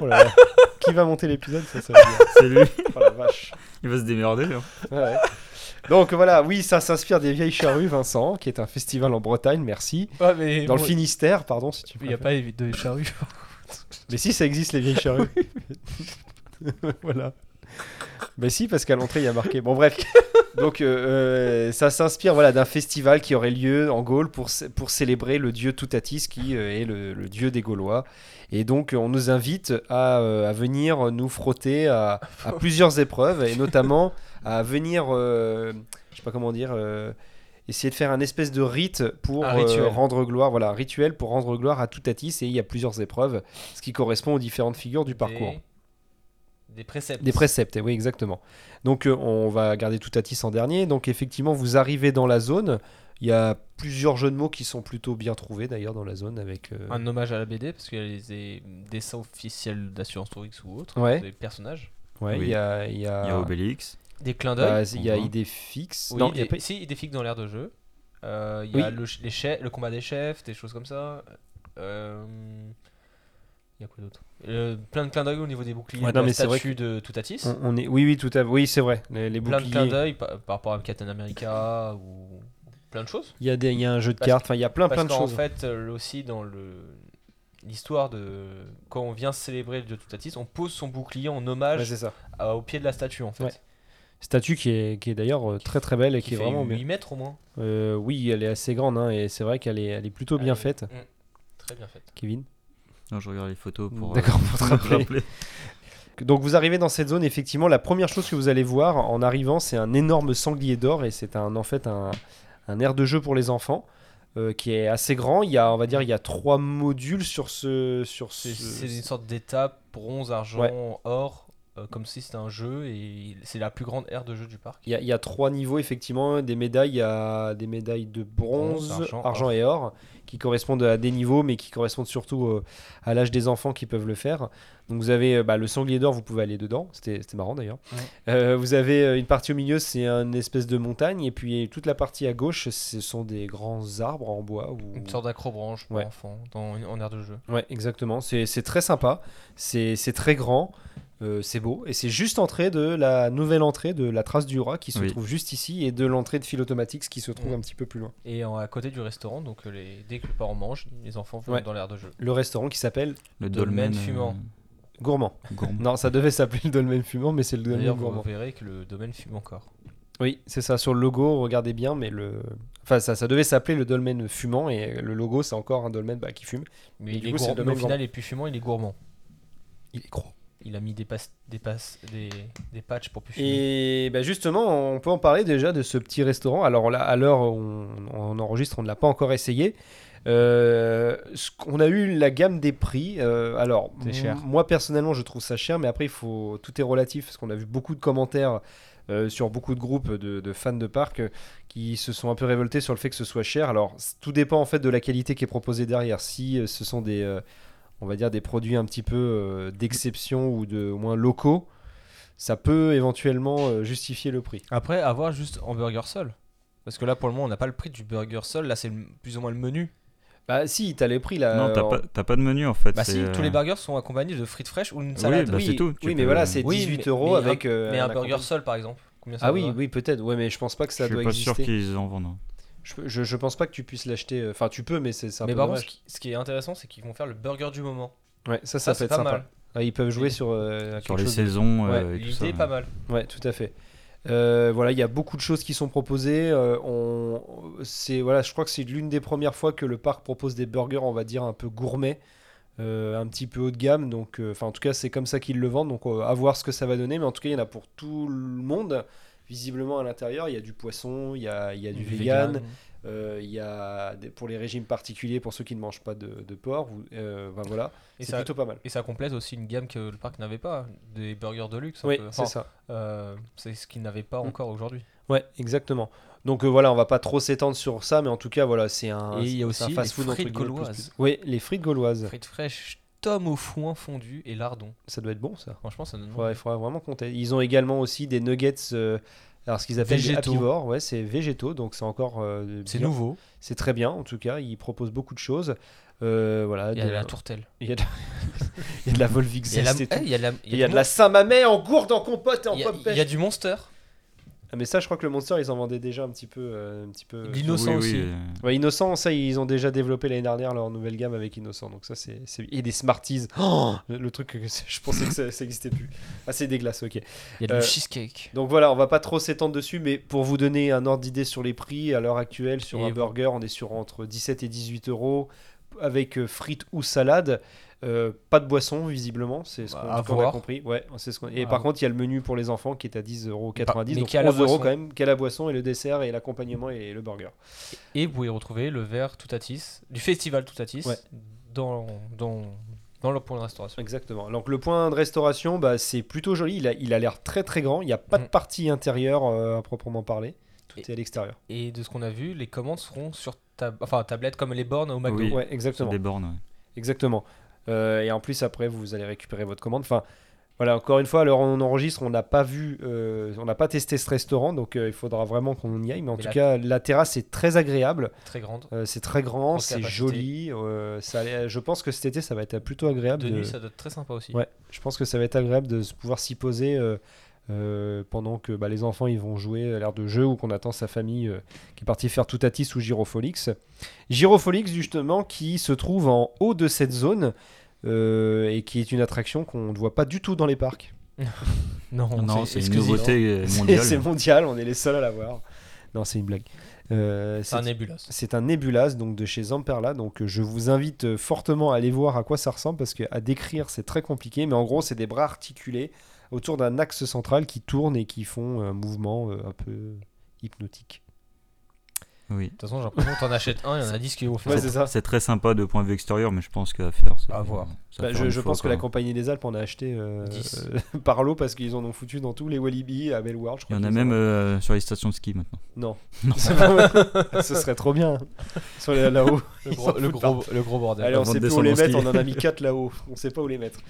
C: Oh là là. Qui va monter l'épisode Ça, ça va bien.
D: C'est lui.
C: Oh la vache.
D: Il va se démerder. hein.
C: Ouais. Donc voilà, oui, ça s'inspire des Vieilles Charrues, Vincent, qui est un festival en Bretagne, merci.
E: Ouais, mais
C: Dans le
E: bon,
C: Finistère, pardon, si tu
E: Il n'y a
C: préfères.
E: pas les de charrues.
C: Mais si, ça existe, les Vieilles Charrues. voilà. Mais si, parce qu'à l'entrée, il y a marqué. Bon, bref. Donc, euh, euh, ça s'inspire voilà, d'un festival qui aurait lieu en Gaule pour, cé- pour célébrer le dieu Toutatis, qui euh, est le, le dieu des Gaulois. Et donc, on nous invite à, euh, à venir nous frotter à, à plusieurs épreuves, et notamment à venir, euh, je sais pas comment dire, euh, essayer de faire un espèce de rite pour
E: Un
C: euh,
E: rituel.
C: rendre gloire, voilà, un rituel pour rendre gloire à Toutatis, et il y a plusieurs épreuves, ce qui correspond aux différentes figures du parcours.
E: Des préceptes.
C: Des préceptes, eh oui, exactement. Donc, euh, on va garder tout à en dernier. Donc, effectivement, vous arrivez dans la zone. Il y a plusieurs jeux de mots qui sont plutôt bien trouvés, d'ailleurs, dans la zone. avec. euh,
E: Un hommage à la BD, parce qu'il y a les, des dessins officiels d'assurance Tourix ou autre,
C: Ouais.
E: des personnages.
C: ouais,
D: Oui.
C: il y a. Il y
D: Il y a Mhm.
C: a,
D: Obélix.
E: Des clins
C: bah,
E: d'œil.
C: il y a
D: on
C: idée fixe.
E: oui,
C: non, il
E: des,
C: y a pas-
E: Si, il défique dans l'air de jeu. Euh, Il y a
C: Oui.
E: le, ch- les chefs- le combat des chefs, des choses comme ça. Euh, Il y a quoi d'autre Euh, Plein de clins d'œil au niveau des boucliers,
C: Ouais,
E: de
C: non,
E: la
C: mais c'est vrai Hum.
E: statue de Toutatis.
C: On, on est... Oui, oui, tout à fait. Oui, c'est vrai. Les, les
E: plein de clins
C: boucliers.
E: d'œil par, par rapport à Captain America ou plein de choses.
C: Il y, a des... il y a un jeu de
E: Parce-
C: cartes, enfin, il y a plein,
E: Parce
C: plein de
E: qu'en
C: choses.
E: fait, euh, aussi dans le l'histoire de quand on vient célébrer le dieu Toutatis, on pose son bouclier en
C: Ouais,
E: hommage
C: c'est ça.
E: à- au pied de la statue en fait.
C: Ouais. Statue qui est, qui est d'ailleurs euh, très très belle et qui, est
E: fait
C: vraiment
E: 8
C: bien.
E: mètres au moins.
C: Euh, oui, elle est assez grande hein, et c'est vrai qu'elle est, elle est plutôt bien
E: Elle est-
C: faite,
E: Mm. Très bien faite.
C: Kevin.
D: Non, je regarde les photos pour. euh,
C: D'accord, pour te
D: me
C: rappeler. Donc vous arrivez dans cette zone, effectivement, la première chose que vous allez voir en arrivant, c'est un énorme sanglier d'or et c'est un en fait un, un air de jeu pour les enfants euh, qui est assez grand. Il y a, on va dire, il y a trois modules sur ce sur ce.
E: C'est c'est une sorte d'étape bronze, argent, or, euh, comme si c'était un jeu et il- c'est la plus grande aire de jeu du parc.
C: Il y, a, il y a trois niveaux effectivement des médailles. Il y a des médailles de bronze,
E: Bronze, argent,
C: argent et or qui correspondent à des niveaux, mais qui correspondent surtout euh, à l'âge des enfants qui peuvent le faire. Donc vous avez euh, bah, le sanglier d'or, vous pouvez aller dedans. C'était c'était marrant d'ailleurs.
E: Ouais.
C: Euh, vous avez euh, une partie au milieu, c'est une espèce de montagne, et puis toute la partie à gauche, ce sont des grands arbres en bois. Ou...
E: Une sorte d'acrobranche pour
C: Ouais.
E: enfants dans, en aire de jeu.
C: Ouais, exactement. C'est c'est très sympa. C'est c'est très grand. euh, c'est beau. Et c'est juste entrée de la nouvelle entrée de la trace du rat qui se
D: Oui.
C: trouve juste ici et de l'entrée de Philautomatics qui se trouve
E: Mm.
C: un petit peu plus loin.
E: Et en- à côté du rentrer, donc euh, les, dès que les parents mangent, les enfants vont
C: Ouais.
E: dans l'aire de jeu.
C: Le restaurant qui s'appelle
D: Le
E: Dolmen
D: dolmen
E: fumant.
C: Gourmand.
D: euh, gourmand.
C: Non, ça devait s'appeler le dolmen fumant, mais c'est le dolmen
E: D'ailleurs, vous
C: gourmand.
E: verrez que le domaine fume encore.
C: Oui, c'est ça. Sur le logo, regardez bien, mais le. Enfin, ça, ça devait s'appeler le dolmen fumant et le logo, c'est encore un dolmen bah, qui fume.
E: Mais
C: Et
E: il
C: du
E: est
C: coup, c'est le
E: gourmand.
C: domaine
E: Au final, il est plus fumant, il est gourmand.
C: Il est gros.
E: Il a mis des passes, des passes, des, des patchs pour plus fumer.
C: Et bah, justement, on peut en parler déjà de ce petit restaurant. Alors là, à l'heure où on, on enregistre, on ne l'a pas encore essayé. Euh, ce qu'on a eu la gamme des prix. euh, alors,
E: C'est cher.
C: m- moi personnellement, je trouve ça cher, mais après, il faut tout est relatif parce qu'on a vu beaucoup de commentaires euh, sur beaucoup de groupes de, de fans de parc euh, qui se sont un peu révoltés sur le fait que ce soit cher. Alors, c- tout dépend en fait de la qualité qui est proposée derrière. Si euh, ce sont des, euh, on va dire, des produits un petit peu euh, d'exception ou de au moins locaux, ça peut éventuellement euh, justifier le prix.
E: Après, avoir juste hamburger seul. Parce que là, pour le moment, on n'a pas le prix du burger seul. Là, c'est le- plus ou moins le menu.
C: Bah, si, t'as les prix là.
D: non, t'as
C: en-
D: pas, t'as pas de menu en fait.
E: Bah
D: c'est,
E: si,
D: euh,
E: tous les burgers sont accompagnés de frites fraîches ou d'une
D: Oui,
E: salade.
D: bah,
C: oui,
D: c'est tout, tu
C: Oui, mais
D: peux-
C: voilà, c'est
E: Oui,
C: 18
E: mais-
C: euros
E: mais
C: avec. euh,
E: Mais un burger
C: accompagn-
E: seul, par exemple. Combien ça
C: Ah
E: vaudra
C: oui, oui, peut-être. Ouais, mais je pense pas que
D: Je
C: ça
D: suis
C: doit
D: pas sûr
C: exister.
D: qu'ils en vendent.
C: Je, je, je pense pas que tu puisses l'acheter. euh, Enfin, tu peux, mais c'est c'est un
E: Mais
C: peu
E: par contre,
C: dommage.
E: ce qui- ce qui est intéressant, c'est qu'ils vont faire le burger du moment.
C: Ouais, ça, ça,
E: Ça,
C: peut
E: c'est
C: être
E: pas
C: sympa.
E: mal.
C: Ouais, ils peuvent jouer sur. euh,
D: Sur
C: quelque
D: les
C: chose de-
D: saisons
C: Ouais,
D: euh, et tout ça.
E: L'idée est pas mal.
C: Ouais, tout à fait. Euh, voilà, il y a beaucoup de choses qui sont proposées. euh, on, c'est voilà, je crois que c'est l'une des premières fois que le parc propose des burgers, on va dire un peu gourmets, euh, un petit peu haut de gamme. Donc, euh, enfin, en tout cas, c'est comme ça qu'ils le vendent. Donc, euh, à voir ce que ça va donner. Mais en tout cas, il y en a pour tout le monde. Visiblement, à l'intérieur, il y a du poisson, il y a, il y a du vegan, euh, il y a des- pour les régimes particuliers, pour ceux qui ne mangent pas de, de porc. vous- euh, ben voilà,
E: Et
C: c'est
E: ça,
C: plutôt pas mal.
E: et ça complète aussi une gamme que le parc n'avait pas. Des burgers de luxe. un
C: Oui,
E: peu.
C: c'est
E: Enfin,
C: ça.
E: euh, c'est ce qu'ils n'avaient pas
C: Mm.
E: encore aujourd'hui.
C: Ouais, exactement. Donc euh, voilà, on va pas trop s'étendre sur ça, mais en tout cas, voilà, c'est un,
E: Et il y a aussi
C: un
E: les
C: fast-food
E: frites
C: entre guillemets, plus-
E: gauloises.
C: Oui, les frites gauloises.
E: Frites fraîches, tomes au foin fondu et lardons.
C: Ça doit être bon, ça.
E: Franchement, ça
C: Il
E: donne envie.
C: faudrait, faudrait vraiment compter. Ils ont également aussi des nuggets, euh, alors ce qu'ils appellent des
E: Végétaux.
C: herbivores. Ouais, c'est végétaux, donc c'est encore. euh,
E: C'est
C: bien.
E: nouveau.
C: C'est très bien, en tout cas. Ils proposent beaucoup de choses. Euh, voilà.
E: Il y a
C: de-
E: de la tourtelle.
C: il y a de- il y a de la Volvic
E: Il y a
C: Zest
E: de
C: et
E: la-
C: tout.
E: eh, il y a de la-
C: Il y a de la Saint-Mamet en gourde, en compote et en
E: Il y a-
C: pomme
E: il y a du monster.
C: Ah, mais ça, je crois que le Monster, ils en vendaient déjà un petit peu. euh, un petit peu
E: L'innocent
D: Oui, oui,
E: aussi.
D: euh,
C: Ouais, Innocent, ça, ils ont déjà développé l'année dernière leur nouvelle gamme avec Innocent. Donc ça, c'est c'est- et des Smarties. Oh, le- le truc que c'est- je pensais que ça ça existait plus. Ah, c'est des glaces, ok.
E: Il y
C: Euh,
E: a du cheesecake.
C: Donc voilà, on va pas trop s'étendre dessus, mais pour vous donner un ordre d'idée sur les prix à l'heure actuelle sur
E: Et
C: un burger, on est sur entre 17 et 18 euros avec euh, frites ou salade. Euh, pas de boisson visiblement, c'est ce
E: Bah,
C: qu'on
E: à
C: ce qu'on a
E: voir.
C: compris. Ouais, c'est ce qu'on- et par
E: À voir. Bah,
C: contre, il y a le menu pour les enfants qui est à 10,90 euros,
E: Mais
C: donc
E: qui a la
C: 11 euros
E: boisson.
C: quand même, qui a la boisson et le dessert et l'accompagnement et le burger.
E: Et vous pouvez retrouver le verre Toutatis, du festival Toutatis,
C: Ouais.
E: dans, dans, dans le point de restauration.
C: Exactement. Donc le point de restauration, bah, c'est plutôt joli. Il a, il a l'air très très grand. Il n'y a pas de
E: Mm.
C: partie intérieure euh, à proprement parler. Tout
E: Et-
C: est à l'extérieur.
E: Et de ce qu'on a vu, les commandes seront sur ta... enfin, tablette comme les bornes au McDo.
D: Oui.
C: Ouais,
D: sur
C: exactement.
D: des bornes. ouais.
C: Exactement. Euh, et en plus après, vous allez récupérer votre commande. Enfin, Voilà, encore une fois, alors on enregistre, on n'a pas vu, euh, on n'a pas testé ce restaurant, donc euh, il faudra vraiment qu'on y aille. Mais en
E: Mais
C: tout
E: la-
C: cas, la terrasse est très agréable,
E: Très grande.
C: euh, c'est très grand,
E: Grosse
C: c'est
E: capacité.
C: joli. euh, ça, a- je pense que cet été, ça va être plutôt agréable.
E: De
C: de-
E: nuit, ça doit être très sympa aussi.
C: Ouais, je pense que ça va être agréable de se- pouvoir s'y poser euh, euh, pendant que bah, les enfants ils vont jouer à l'air de jeu ou qu'on attend sa famille euh, qui est partie faire Toutatis ou Gyrofolix. Gyrofolix justement qui se trouve en haut de cette zone euh, et qui est une attraction qu'on ne voit pas du tout dans les parcs.
E: Non,
D: non, c'est une
E: exclusif.
D: nouveauté euh,
C: C'est-
D: mondiale.
C: C'est mondial, on est les seuls à la voir. Non, c'est une blague. Euh,
E: C'est un
C: c'est-
E: nébulas.
C: c'est un Nebulas donc de chez Zamperla. Donc euh, je vous invite euh, fortement à aller voir à quoi ça ressemble parce qu'à décrire c'est très compliqué. Mais en gros, c'est des bras articulés autour d'un axe central qui tournent et qui font un mouvement euh, un peu hypnotique.
D: Oui.
E: De toute façon, j'ai l'impression que t'en achètes un, il y en a 10 qui vont faire.
C: Ouais, c'est ça.
D: C'est très sympa de point de vue extérieur, mais je pense qu'à faire. c'est-
E: À voir.
D: ça
C: Bah,
D: va faire
C: je
D: une
C: je
D: fois,
C: pense que
D: quoi.
C: la compagnie des Alpes en a acheté euh,
E: Dix.
C: euh, par lot parce qu'ils en ont foutu dans tous les Walibi à Belle World. je
D: Il
C: crois
D: y en a
C: qu'ils
D: même euh, sur les stations de ski maintenant.
C: Non.
D: Non.
C: C'est pas vrai. Ce serait trop bien. Sur les- là-haut.
E: Le
C: Ils
E: gros,
C: en
E: le,
C: foutent
E: gros, le gros bordel.
C: Allez, on
D: avant
C: sait
D: de
C: plus où les
D: descendre
C: mettre, on
D: en
C: en a mis 4 là-haut. On sait pas où les mettre.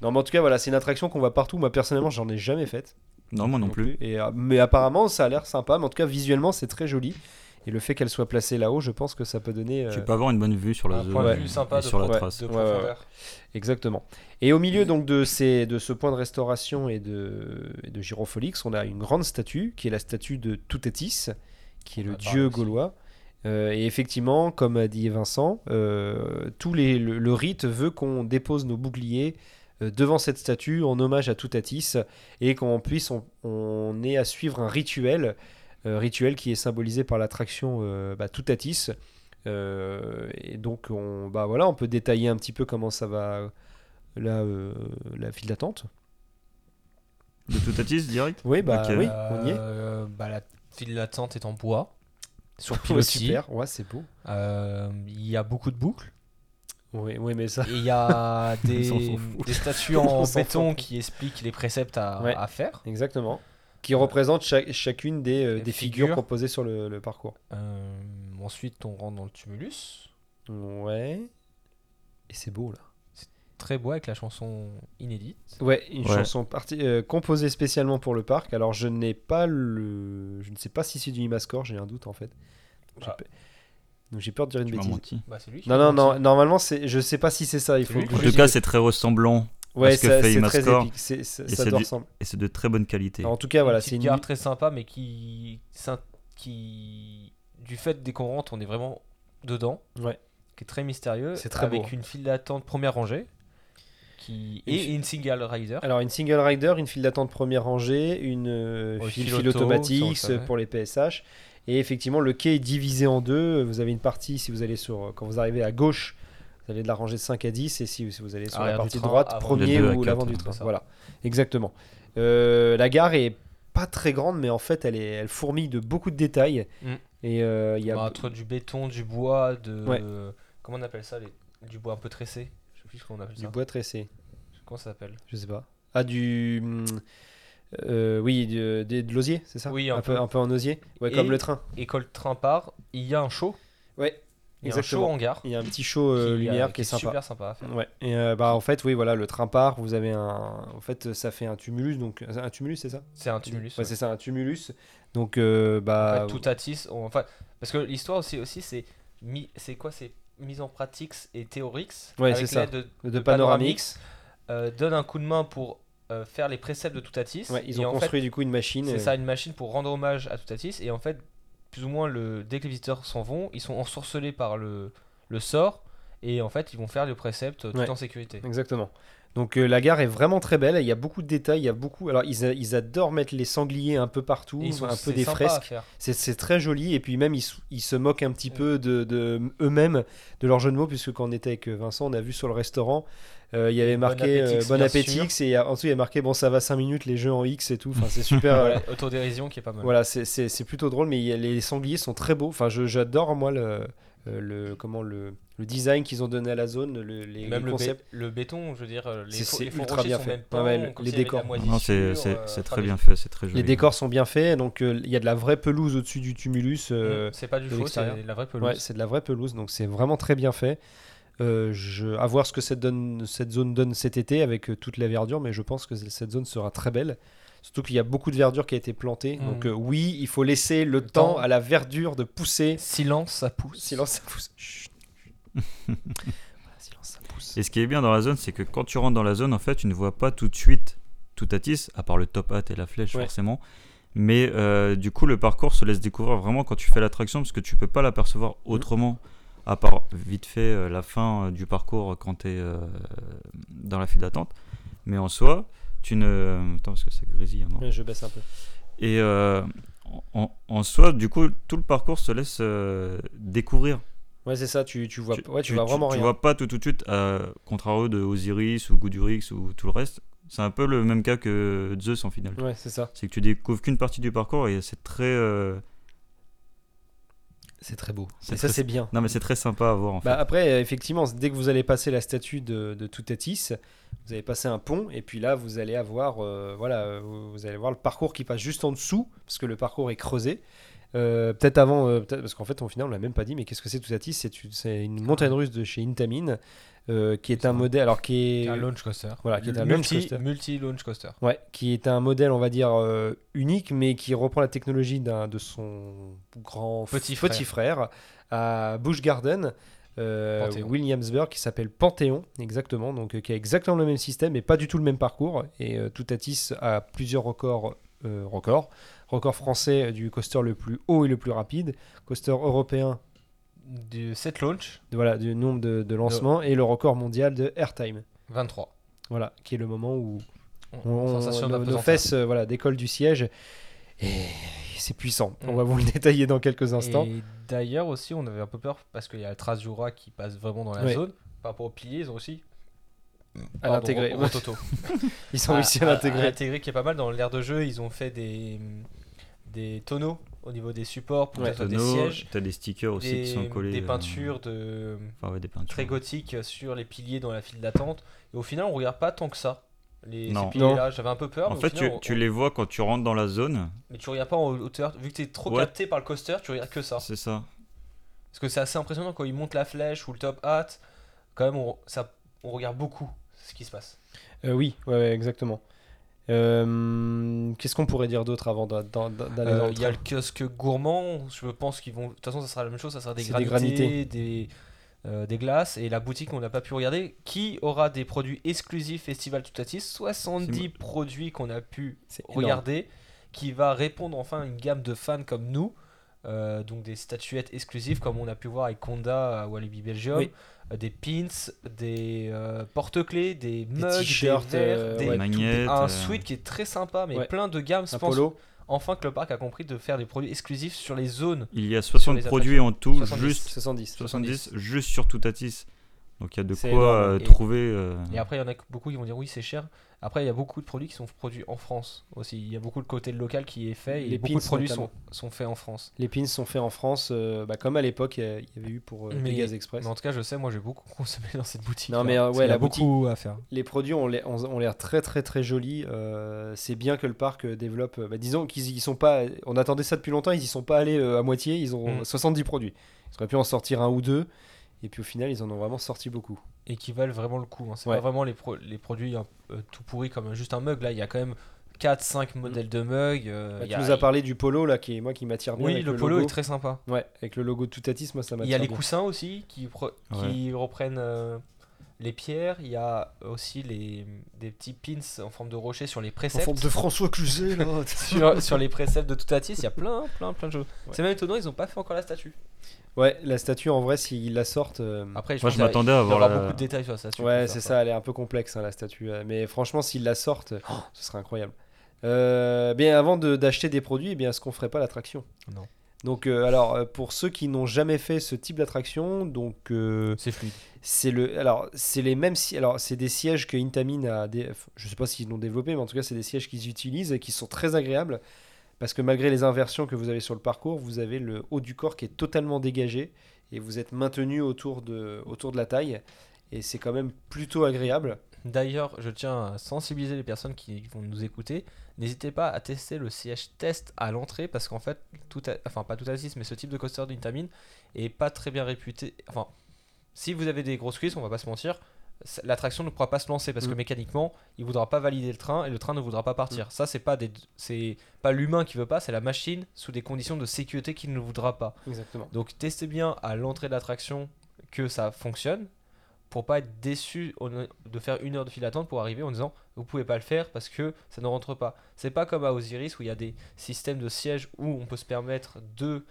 C: Non, mais en tout cas, voilà, c'est une attraction qu'on voit partout. Moi, personnellement, j'en ai jamais faite.
D: Non, moi non plus.
C: Et, euh, mais apparemment, ça a l'air sympa. Mais en tout cas, visuellement, c'est très joli. Et le fait qu'elle soit placée là-haut, je pense que ça peut donner. euh,
D: Tu peux avoir une bonne vue sur la
E: un
D: zone
E: point
C: ouais.
E: de vue
D: et
E: sympa de,
D: sur la
E: pro-
D: trace.
E: de
C: Ouais, ouais, ouais.
E: profondeur.
C: Exactement. Et au milieu donc de, ces, de ce point de restauration et de, et de Gyrofolix, on a une grande statue qui est la statue de Toutatis, qui est
E: On
C: le
E: en a parlé
C: dieu
E: aussi.
C: gaulois. Euh, et effectivement, comme a dit Vincent, euh, tous les, le, le rite veut qu'on dépose nos boucliers euh, devant cette statue en hommage à Toutatis et qu'on puisse, on, on ait à suivre un rituel, euh, rituel qui est symbolisé par l'attraction euh, bah, Toutatis. Euh, et donc, on, bah voilà, on peut détailler un petit peu comment ça va la, euh, la file d'attente.
D: De Toutatis direct
C: Oui, bah
D: Ok.
C: oui, on y est.
E: Euh, bah, la file d'attente est en bois. Sur
C: Ouais,
E: pilotis.
C: super, ouais, c'est beau.
E: Euh, Il y a beaucoup de boucles.
C: Oui, oui, mais ça.
E: Et il y a
D: s'en
E: des,
D: fout.
E: des statues
C: On
E: en
C: s'en
E: béton
C: fout.
E: qui expliquent les préceptes à,
C: Ouais.
E: à faire.
C: Exactement. Qui représente cha- chacune des, euh,
E: Les
C: des figures.
E: figures.
C: proposées sur le, le parcours.
E: Euh, ensuite, on rentre dans le tumulus.
C: Ouais. Et c'est beau là.
E: Très beau avec la chanson inédite.
C: Ouais, une
D: Ouais.
C: chanson parti- euh, composée spécialement pour le parc. Alors je n'ai pas le, je ne sais pas si c'est du Imascore, j'ai un doute en fait. J'ai
E: Ah.
C: pe- Donc j'ai peur de dire une
D: Tu m'as
C: bêtise.
D: menti.
E: Bah, c'est lui qui
C: Non,
E: l'a
C: non, non.
E: lancé.
C: Normalement, c'est, je sais pas si c'est ça. Il
E: C'est
C: faut.
E: lui
C: que
D: En
C: je-
D: tout cas, c'est très ressemblant
C: ouais,
D: ce que
C: ça-
D: fait
C: c'est très
D: Imascore.
C: épique. c'est- ça
D: Et
C: ça
D: c'est
C: doit
D: du-
C: ressembler.
D: et c'est de très bonne qualité.
C: En tout cas, voilà,
E: une
C: c'est
E: petite
C: une
E: gare très sympa, mais qui, s'in- qui du fait dès qu'on rentre, on est vraiment dedans.
C: Ouais.
E: Qui est très mystérieux.
C: C'est très
E: avec
C: beau.
E: une file d'attente première rangée. Qui
C: Une
E: et
C: fi-
E: une single rider.
C: Alors une single rider, une file d'attente première rangée, une euh,
E: Ouais,
C: file,
E: file
C: file
E: auto, ça, on le
C: automatique
E: savait.
C: pour les PSH. Et effectivement, le quai est divisé en deux. Vous avez une partie, si vous allez sur, euh, quand vous arrivez à gauche, vous allez de la rangée de 5 à 10. Et si, si vous allez sur la
E: Arrière du
C: partie
E: train,
C: droite,
E: avant.
C: premier
D: De deux à
C: ou
D: quatre,
C: l'avant
D: hein,
C: du
E: c'est
C: train.
E: ça.
C: Voilà, exactement. Euh, la gare est pas très grande, mais en fait, elle, est, elle fourmille de beaucoup de détails.
E: Mm.
C: Et euh, il y a...
E: Bah, entre du béton, du bois, de.
C: Ouais.
E: Comment on appelle ça les- Du bois un peu tressé Je sais plus ce qu'on appelle
C: du
E: ça.
C: bois tressé.
E: Comment ça s'appelle
C: Je sais pas. Ah, du. hum, euh, oui, de, de, de l'osier, c'est ça
E: Oui,
C: un,
E: un
C: peu.
E: peu.
C: Un peu en osier. Ouais,
E: Et-
C: comme le train.
E: Et quand le train part, il y a un show.
C: Ouais,
E: Il y a un show en gare.
C: Il y a un petit show euh,
E: qui, euh,
C: lumière qui est sympa.
E: super sympa à faire.
C: Ouais. Et euh, bah en fait, oui, voilà, le train part. Vous avez un. En fait, ça fait un tumulus. Donc, un tumulus, c'est ça
E: C'est un tumulus.
C: Ouais, c'est ça, un tumulus. Donc, euh, bah.
E: Ouais, tout à tis, on- enfin, parce que l'histoire aussi, aussi c'est mi- c'est quoi C'est mise en pratique et théorique.
C: Ouais,
E: avec
C: c'est ça.
E: l'aide De,
C: de,
E: de
C: Panoramix.
E: euh, donne un coup de main pour euh, faire les préceptes de Toutatis.
C: Ouais, ils
E: Et
C: ont
E: en
C: construit
E: fait,
C: du coup une machine.
E: C'est
C: euh,
E: ça, une machine pour rendre hommage à Toutatis. Et en fait, plus ou moins, le, dès que les visiteurs s'en vont, ils sont ensorcelés par le, le sort. Et en fait, ils vont faire le précepte euh, tout
C: Ouais.
E: en sécurité.
C: Exactement. Donc euh, la gare est vraiment très belle, il y a beaucoup de détails, il y a beaucoup. Alors ils, a- ils adorent mettre les sangliers un peu partout,
E: Et ils sont-
C: un peu
E: c'est
C: des
E: sympa à
C: fresques.
E: faire.
C: C'est- C'est très joli et puis même ils, se- ils se moquent un petit
E: Ouais.
C: peu de, de eux-mêmes, de leur jeu de mots, puisque quand on était avec Vincent, on a vu sur le restaurant, euh, il y avait marqué euh,
E: appétit,
C: Bon
E: bien
C: appétit,
E: sûr.
C: et il y a- en dessous il y a marqué Bon ça va 5 minutes, les jeux en X et tout, enfin c'est super. euh,
E: Voilà, autodérision qui est pas mal.
C: voilà, c'est- c'est c'est plutôt drôle, mais il y a- les sangliers sont très beaux, enfin je- j'adore moi le, euh, le, comment, le, le design qu'ils ont donné à la zone, le, les, les
E: même le, bé-
C: concepts.
E: le béton, je veux dire, euh, les,
C: C'est-
E: faux-
C: c'est
E: les faux
C: ultra
E: rochers
C: bien
E: sont
C: fait.
E: même
C: Ouais,
E: peints,
C: ouais, le-
E: comme
C: les
E: s'il y avait de la
C: décors.
E: moisissure,
D: Non, c'est- c'est
E: euh,
D: c'est
E: enfin,
D: très
E: des-
D: bien fait, c'est très joli.
C: Les décors sont bien faits, donc euh, il y a de la vraie pelouse au-dessus du tumulus. euh,
E: Mm, c'est pas du
C: de
E: faux,
C: l'extérieur.
E: c'est la vraie
C: Ouais,
E: pelouse.
C: c'est de la vraie pelouse, donc c'est vraiment très bien fait. Euh, je, à voir ce que cette, donne- cette zone donne cet été avec euh, toute la verdure, mais je pense que c- cette zone sera très belle. Surtout qu'il y a beaucoup de verdure qui a été plantée.
E: Mm.
C: Donc euh, oui, il faut laisser le,
E: temps.
C: temps à la verdure de pousser.
E: Silence, ça pousse.
C: Silence, ça pousse. Chut. Voilà, silence, ça pousse.
D: Et ce qui est bien dans la zone, c'est que quand tu rentres dans la zone, en fait, tu ne vois pas tout de suite tout à 10, à part le top hat et la flèche,
C: Ouais.
D: forcément. Mais euh, du coup, le parcours se laisse découvrir vraiment quand tu fais l'attraction, parce que tu peux pas l'apercevoir
C: Mm.
D: autrement, à part vite fait euh, la fin euh, du parcours quand tu es dans la file d'attente. Mais en soi, tu ne. Attends, parce que ça grésille. hein, non
C: Ouais, je baisse un peu.
D: et euh, en, en soi, du coup, tout le parcours se laisse euh, découvrir.
C: Ouais, c'est ça, tu, tu vois, ouais, tu vois vraiment
D: tu
C: rien.
D: vois pas tout, tout de suite, à contrario de Osiris ou Goudurix ou tout le reste. C'est un peu le même cas que Zeus en finale.
C: Ouais, c'est ça.
D: C'est que tu découvres qu'une partie du parcours et c'est très, euh,
C: C'est très beau.
D: C'est
C: Et ça,
D: très-
C: c'est bien.
D: non mais c'est très sympa à voir en fait.
C: Bah, après, euh, effectivement, dès que vous allez passer la statue de, de Toutatis, vous allez passer un pont, et puis là, vous allez avoir, euh, voilà, euh, vous vous allez voir le parcours qui passe juste en dessous, parce que le parcours est creusé. Euh, peut-être avant, euh, peut-être- parce qu'en fait, au final, on l'a même pas dit, mais qu'est-ce que c'est Toutatis c'est, une- c'est une montagne russe de chez Intamin, euh, qui est un modèle, alors qui est,
E: Un launch coaster.
C: voilà, qui est un launch
E: multi,
C: coaster.
E: multi launch coaster.
C: Ouais, qui est un modèle, on va dire, euh, unique, mais qui reprend la technologie d'un, de son grand
E: Petit
C: frère à Busch Garden, euh,
E: Panthéon.
C: Williamsburg, qui s'appelle Panthéon, exactement, donc euh, qui a exactement le même système, mais pas du tout le même parcours. Et euh, Toutatis a plusieurs records, euh, records. Record français du coaster le plus haut et le plus rapide, coaster européen
E: Du 7 launch,
C: de, voilà, du nombre de, de lancements, et le record mondial de airtime.
E: 23.
C: Voilà, qui est le moment où
E: On-
C: on,
E: sensation
C: nos, nos
E: d'imposante.
C: fesses euh, voilà, décollent du siège et c'est puissant. On va vous le détailler dans quelques instants.
E: Mm. Et d'ailleurs aussi, on avait un peu peur parce qu'il y a la trace du roi qui passe vraiment dans la
C: Ouais.
E: zone. Par rapport aux piliers, ils ont aussi.
C: À
E: Pardon, Ah,
C: l'intégrer.
E: au- au Toto.
C: Ils ont réussi à
E: À
C: l'intégrer.
E: l'intégrer qui est pas mal dans l'air de jeu. Ils ont fait des, des tonneaux au niveau des supports pour
C: Ouais,
E: que ce soit des
D: Tonneau,
E: sièges.
D: t'as des stickers aussi qui
E: Des,
D: sont collés.
E: des
D: euh,
E: peintures de
D: enfin, ouais, des peintures.
E: très gothiques sur les piliers dans la file d'attente. Et au final, on regarde pas tant que ça. Les, ces
D: Non.
E: piliers-là, j'avais un peu peur.
D: En
E: mais au
D: fait, tu,
E: final, on-
D: tu
E: on-
D: les vois quand tu rentres dans la zone.
E: Mais tu regardes pas en hauteur. Vu que t'es trop
D: Ouais.
E: capté par le coaster, tu regardes que ça.
D: C'est ça.
E: Parce que c'est assez impressionnant quand il monte la flèche ou le top hat. Quand même, on, ça, on regarde beaucoup ce qui se passe.
C: Euh, oui, ouais, ouais, exactement. Euh, Qu'est-ce qu'on pourrait dire d'autre avant d'a- d'a- d'a- d'aller dans
E: Euh,
C: le
E: Il y a
C: train
E: le kiosque gourmand. Je pense qu'ils vont. De toute façon, ça sera la même chose. Ça sera des
C: C'est des
E: granités, des, euh, des glaces et la boutique on n'a pas pu regarder. Qui aura des produits exclusifs Festival Toutatis 70 produits qu'on a pu
C: C'est énorme.
E: regarder, qui va répondre enfin à une gamme de fans comme nous. Euh, donc des statuettes exclusives comme on a pu voir avec Konda à Walibi Belgium,
C: Oui.
E: Euh, des pins, des euh, porte-clés, des mugs,
C: t-shirts,
E: des verres,
C: euh,
E: des-
C: Ouais,
D: Des
C: tout-
D: magnettes.
E: un
D: euh,
E: suite qui est très sympa mais
C: Ouais.
E: plein de gammes. Je
C: Un
E: pense
C: polo.
E: enfin que le parc a compris de faire des produits exclusifs sur les zones.
D: Il y a
E: sur
D: 60
E: les
D: produits en tout,
E: 70.
D: juste
C: 70.
D: 70 juste sur Toutatis. Donc il y a de
C: C'est
D: quoi
C: énorme.
D: euh,
E: Et-
D: trouver. euh,
E: Et après, il y en a beaucoup qui vont dire oui, c'est cher. Après, il y a beaucoup de produits qui sont produits en France aussi. Il y a beaucoup de côté local qui est fait et
C: Les
E: beaucoup de
C: pins,
E: produits sont,
C: notamment.
E: sont faits en France.
C: Les pins sont faits en France, euh, bah, comme à l'époque, il y a- il y avait eu pour euh,
E: Mais-
C: Pegasus Express.
E: Mais en tout cas, je sais, moi j'ai beaucoup consommé dans cette boutique. hein.
C: Non, mais, euh, ouais,
E: il y
C: la
E: a beaucoup à faire.
C: Les produits ont l'air, ont- ont l'air très très très jolis. euh, c'est bien que le parc euh, développe. euh, bah, disons qu'ils y sont pas. On attendait ça depuis longtemps. Ils y sont pas allés euh, à moitié. Ils ont
E: Mm.
C: 70 produits. Ils auraient pu en sortir un ou deux. Et puis au final, ils en ont vraiment sorti beaucoup.
E: Et qui valent vraiment le coup. hein. C'est
C: Ouais.
E: pas vraiment les, pro- les produits hein, euh, tout pourris comme juste un mug. Là, il y a quand même 4-5 modèles de mugs. euh,
C: Bah,
E: il y
C: tu
E: a-
C: nous as parlé du polo là, qui est moi qui m'attire bien.
E: Oui,
C: avec
E: le, Bah, polo
C: logo.
E: est très sympa.
C: Ouais, avec le logo de Toutatis, moi ça
E: Il
C: m'attire.
E: y a les
C: bien.
E: coussins aussi qui, pro- qui reprennent euh, les pierres. Il y a aussi les, des petits pins en forme de rocher sur les préceptes.
C: François Cluzet là.
E: sur, sur les préceptes de Toutatis, il y a plein, plein, plein de choses.
C: Ouais.
E: C'est même étonnant, ils n'ont pas fait encore la statue.
C: ouais, la statue en vrai, s'ils la sortent. euh,
E: Après, je
D: Moi
E: pense
D: je
E: qu'il y a-
D: m'attendais à
E: il doit y
D: avoir
E: avoir
D: la-
E: beaucoup de détails sur la statue.
C: Ouais,
E: pour
C: c'est
E: faire
C: ça, elle est un peu complexe, hein, la statue. euh, Mais franchement, s'ils la sortent, oh, ce serait incroyable. Euh, bien, avant de- d'acheter des produits, eh bien, est-ce qu'on ferait pas l'attraction
E: Non.
C: Donc, euh, alors, euh, pour ceux qui n'ont jamais fait ce type d'attraction, donc euh,
E: C'est fluide.
C: c'est le, alors c'est les mêmes, si- alors c'est des sièges que Intamin a, dé- je sais pas s'ils l'ont développé, mais en tout cas, c'est des sièges qu'ils utilisent et qui sont très agréables parce que malgré les inversions que vous avez sur le parcours, vous avez le haut du corps qui est totalement dégagé et vous êtes maintenu autour de, autour de la taille. Et c'est quand même plutôt agréable.
E: D'ailleurs, je tiens à sensibiliser les personnes qui vont nous écouter. N'hésitez pas à tester le siège test à l'entrée parce qu'en fait, tout à- enfin pas tout à 6, mais ce type de coaster d'Intamin est pas très bien réputé. Enfin, Si vous avez des grosses cuisses, on va pas se mentir, ça- l'attraction ne pourra pas se lancer parce que mécaniquement, il voudra pas valider le train et le train ne voudra pas partir. Ça, c'est pas des, c'est pas l'humain qui veut pas, c'est la machine sous des conditions de sécurité qu'il ne voudra pas.
C: Exactement.
E: Donc testez bien à l'entrée de l'attraction que ça fonctionne pour pas être déçu au- de faire une heure de file d'attente pour arriver en disant vous pouvez pas le faire parce que ça ne rentre pas. C'est pas comme à Osiris où il y a des systèmes de sièges où on peut se permettre de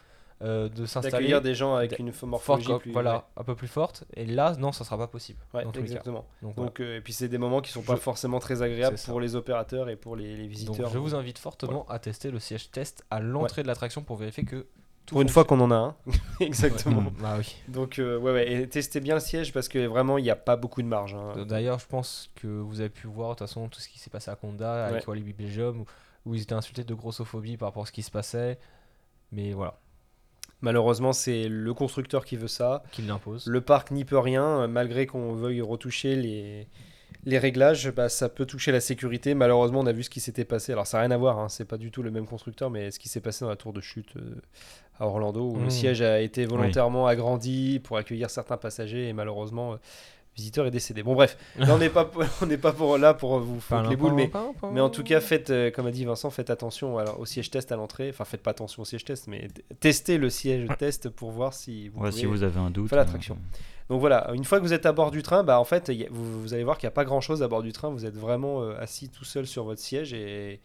E: euh, de s'installer
C: D'accueillir des gens avec
E: d-
C: une
E: forte,
C: morphologie
E: quoi,
C: plus.
E: voilà, un peu plus forte et là non ça sera pas possible
C: Ouais,
E: dans tous les cas.
C: exactement.
E: Donc, voilà.
C: Donc, euh, et puis c'est des moments qui sont pas
E: Je-
C: forcément très agréables
E: C'est ça.
C: pour les opérateurs et pour les, les
E: Donc,
C: visiteurs.
E: je vous invite fortement à tester le siège test à l'entrée de l'attraction pour vérifier que tout
C: pour une fois qu'on en a un. Exactement.
E: fonctionne. Ah oui.
C: Donc euh, ouais, ouais, et testez bien le siège parce que vraiment il n'y a pas beaucoup de marge. hein.
E: Euh, D'ailleurs, je pense que vous avez pu voir de toute façon tout ce qui s'est passé à Conda avec Walibi Belgium où, où ils étaient insultés de grossophobie par rapport à ce qui se passait. Mais voilà,
C: Malheureusement c'est le constructeur qui veut ça.
E: qu'ils l'imposent.
C: Le parc n'y peut rien, euh, malgré qu'on veuille retoucher les, les réglages, bah, ça peut toucher la sécurité. Malheureusement on a vu ce qui s'était passé. Alors ça n'a rien à voir, hein, c'est pas du tout le même constructeur, mais ce qui s'est passé dans la tour de chute euh, à Orlando où
E: Mm.
C: le siège a été volontairement agrandi pour accueillir certains passagers et malheureusement... euh, le Visiteur est décédé. Bon bref, là on n'est pas on n'est pas pour là pour vous foutre les boules, mais Mais en tout cas, faites, euh, comme a dit Vincent, faites attention alors, au siège test à l'entrée. Enfin, faites pas attention au siège test, mais t- testez le siège test pour voir si vous,
D: Ah. Ouais,
C: pouvez-
D: si vous avez un doute.
C: faire l'attraction.
D: euh,
C: Donc voilà, une fois que vous êtes à bord du train, bah, en fait, il y a- vous, vous allez voir qu'il n'y a pas grand-chose à bord du train. Vous êtes vraiment euh, assis tout seul sur votre siège et,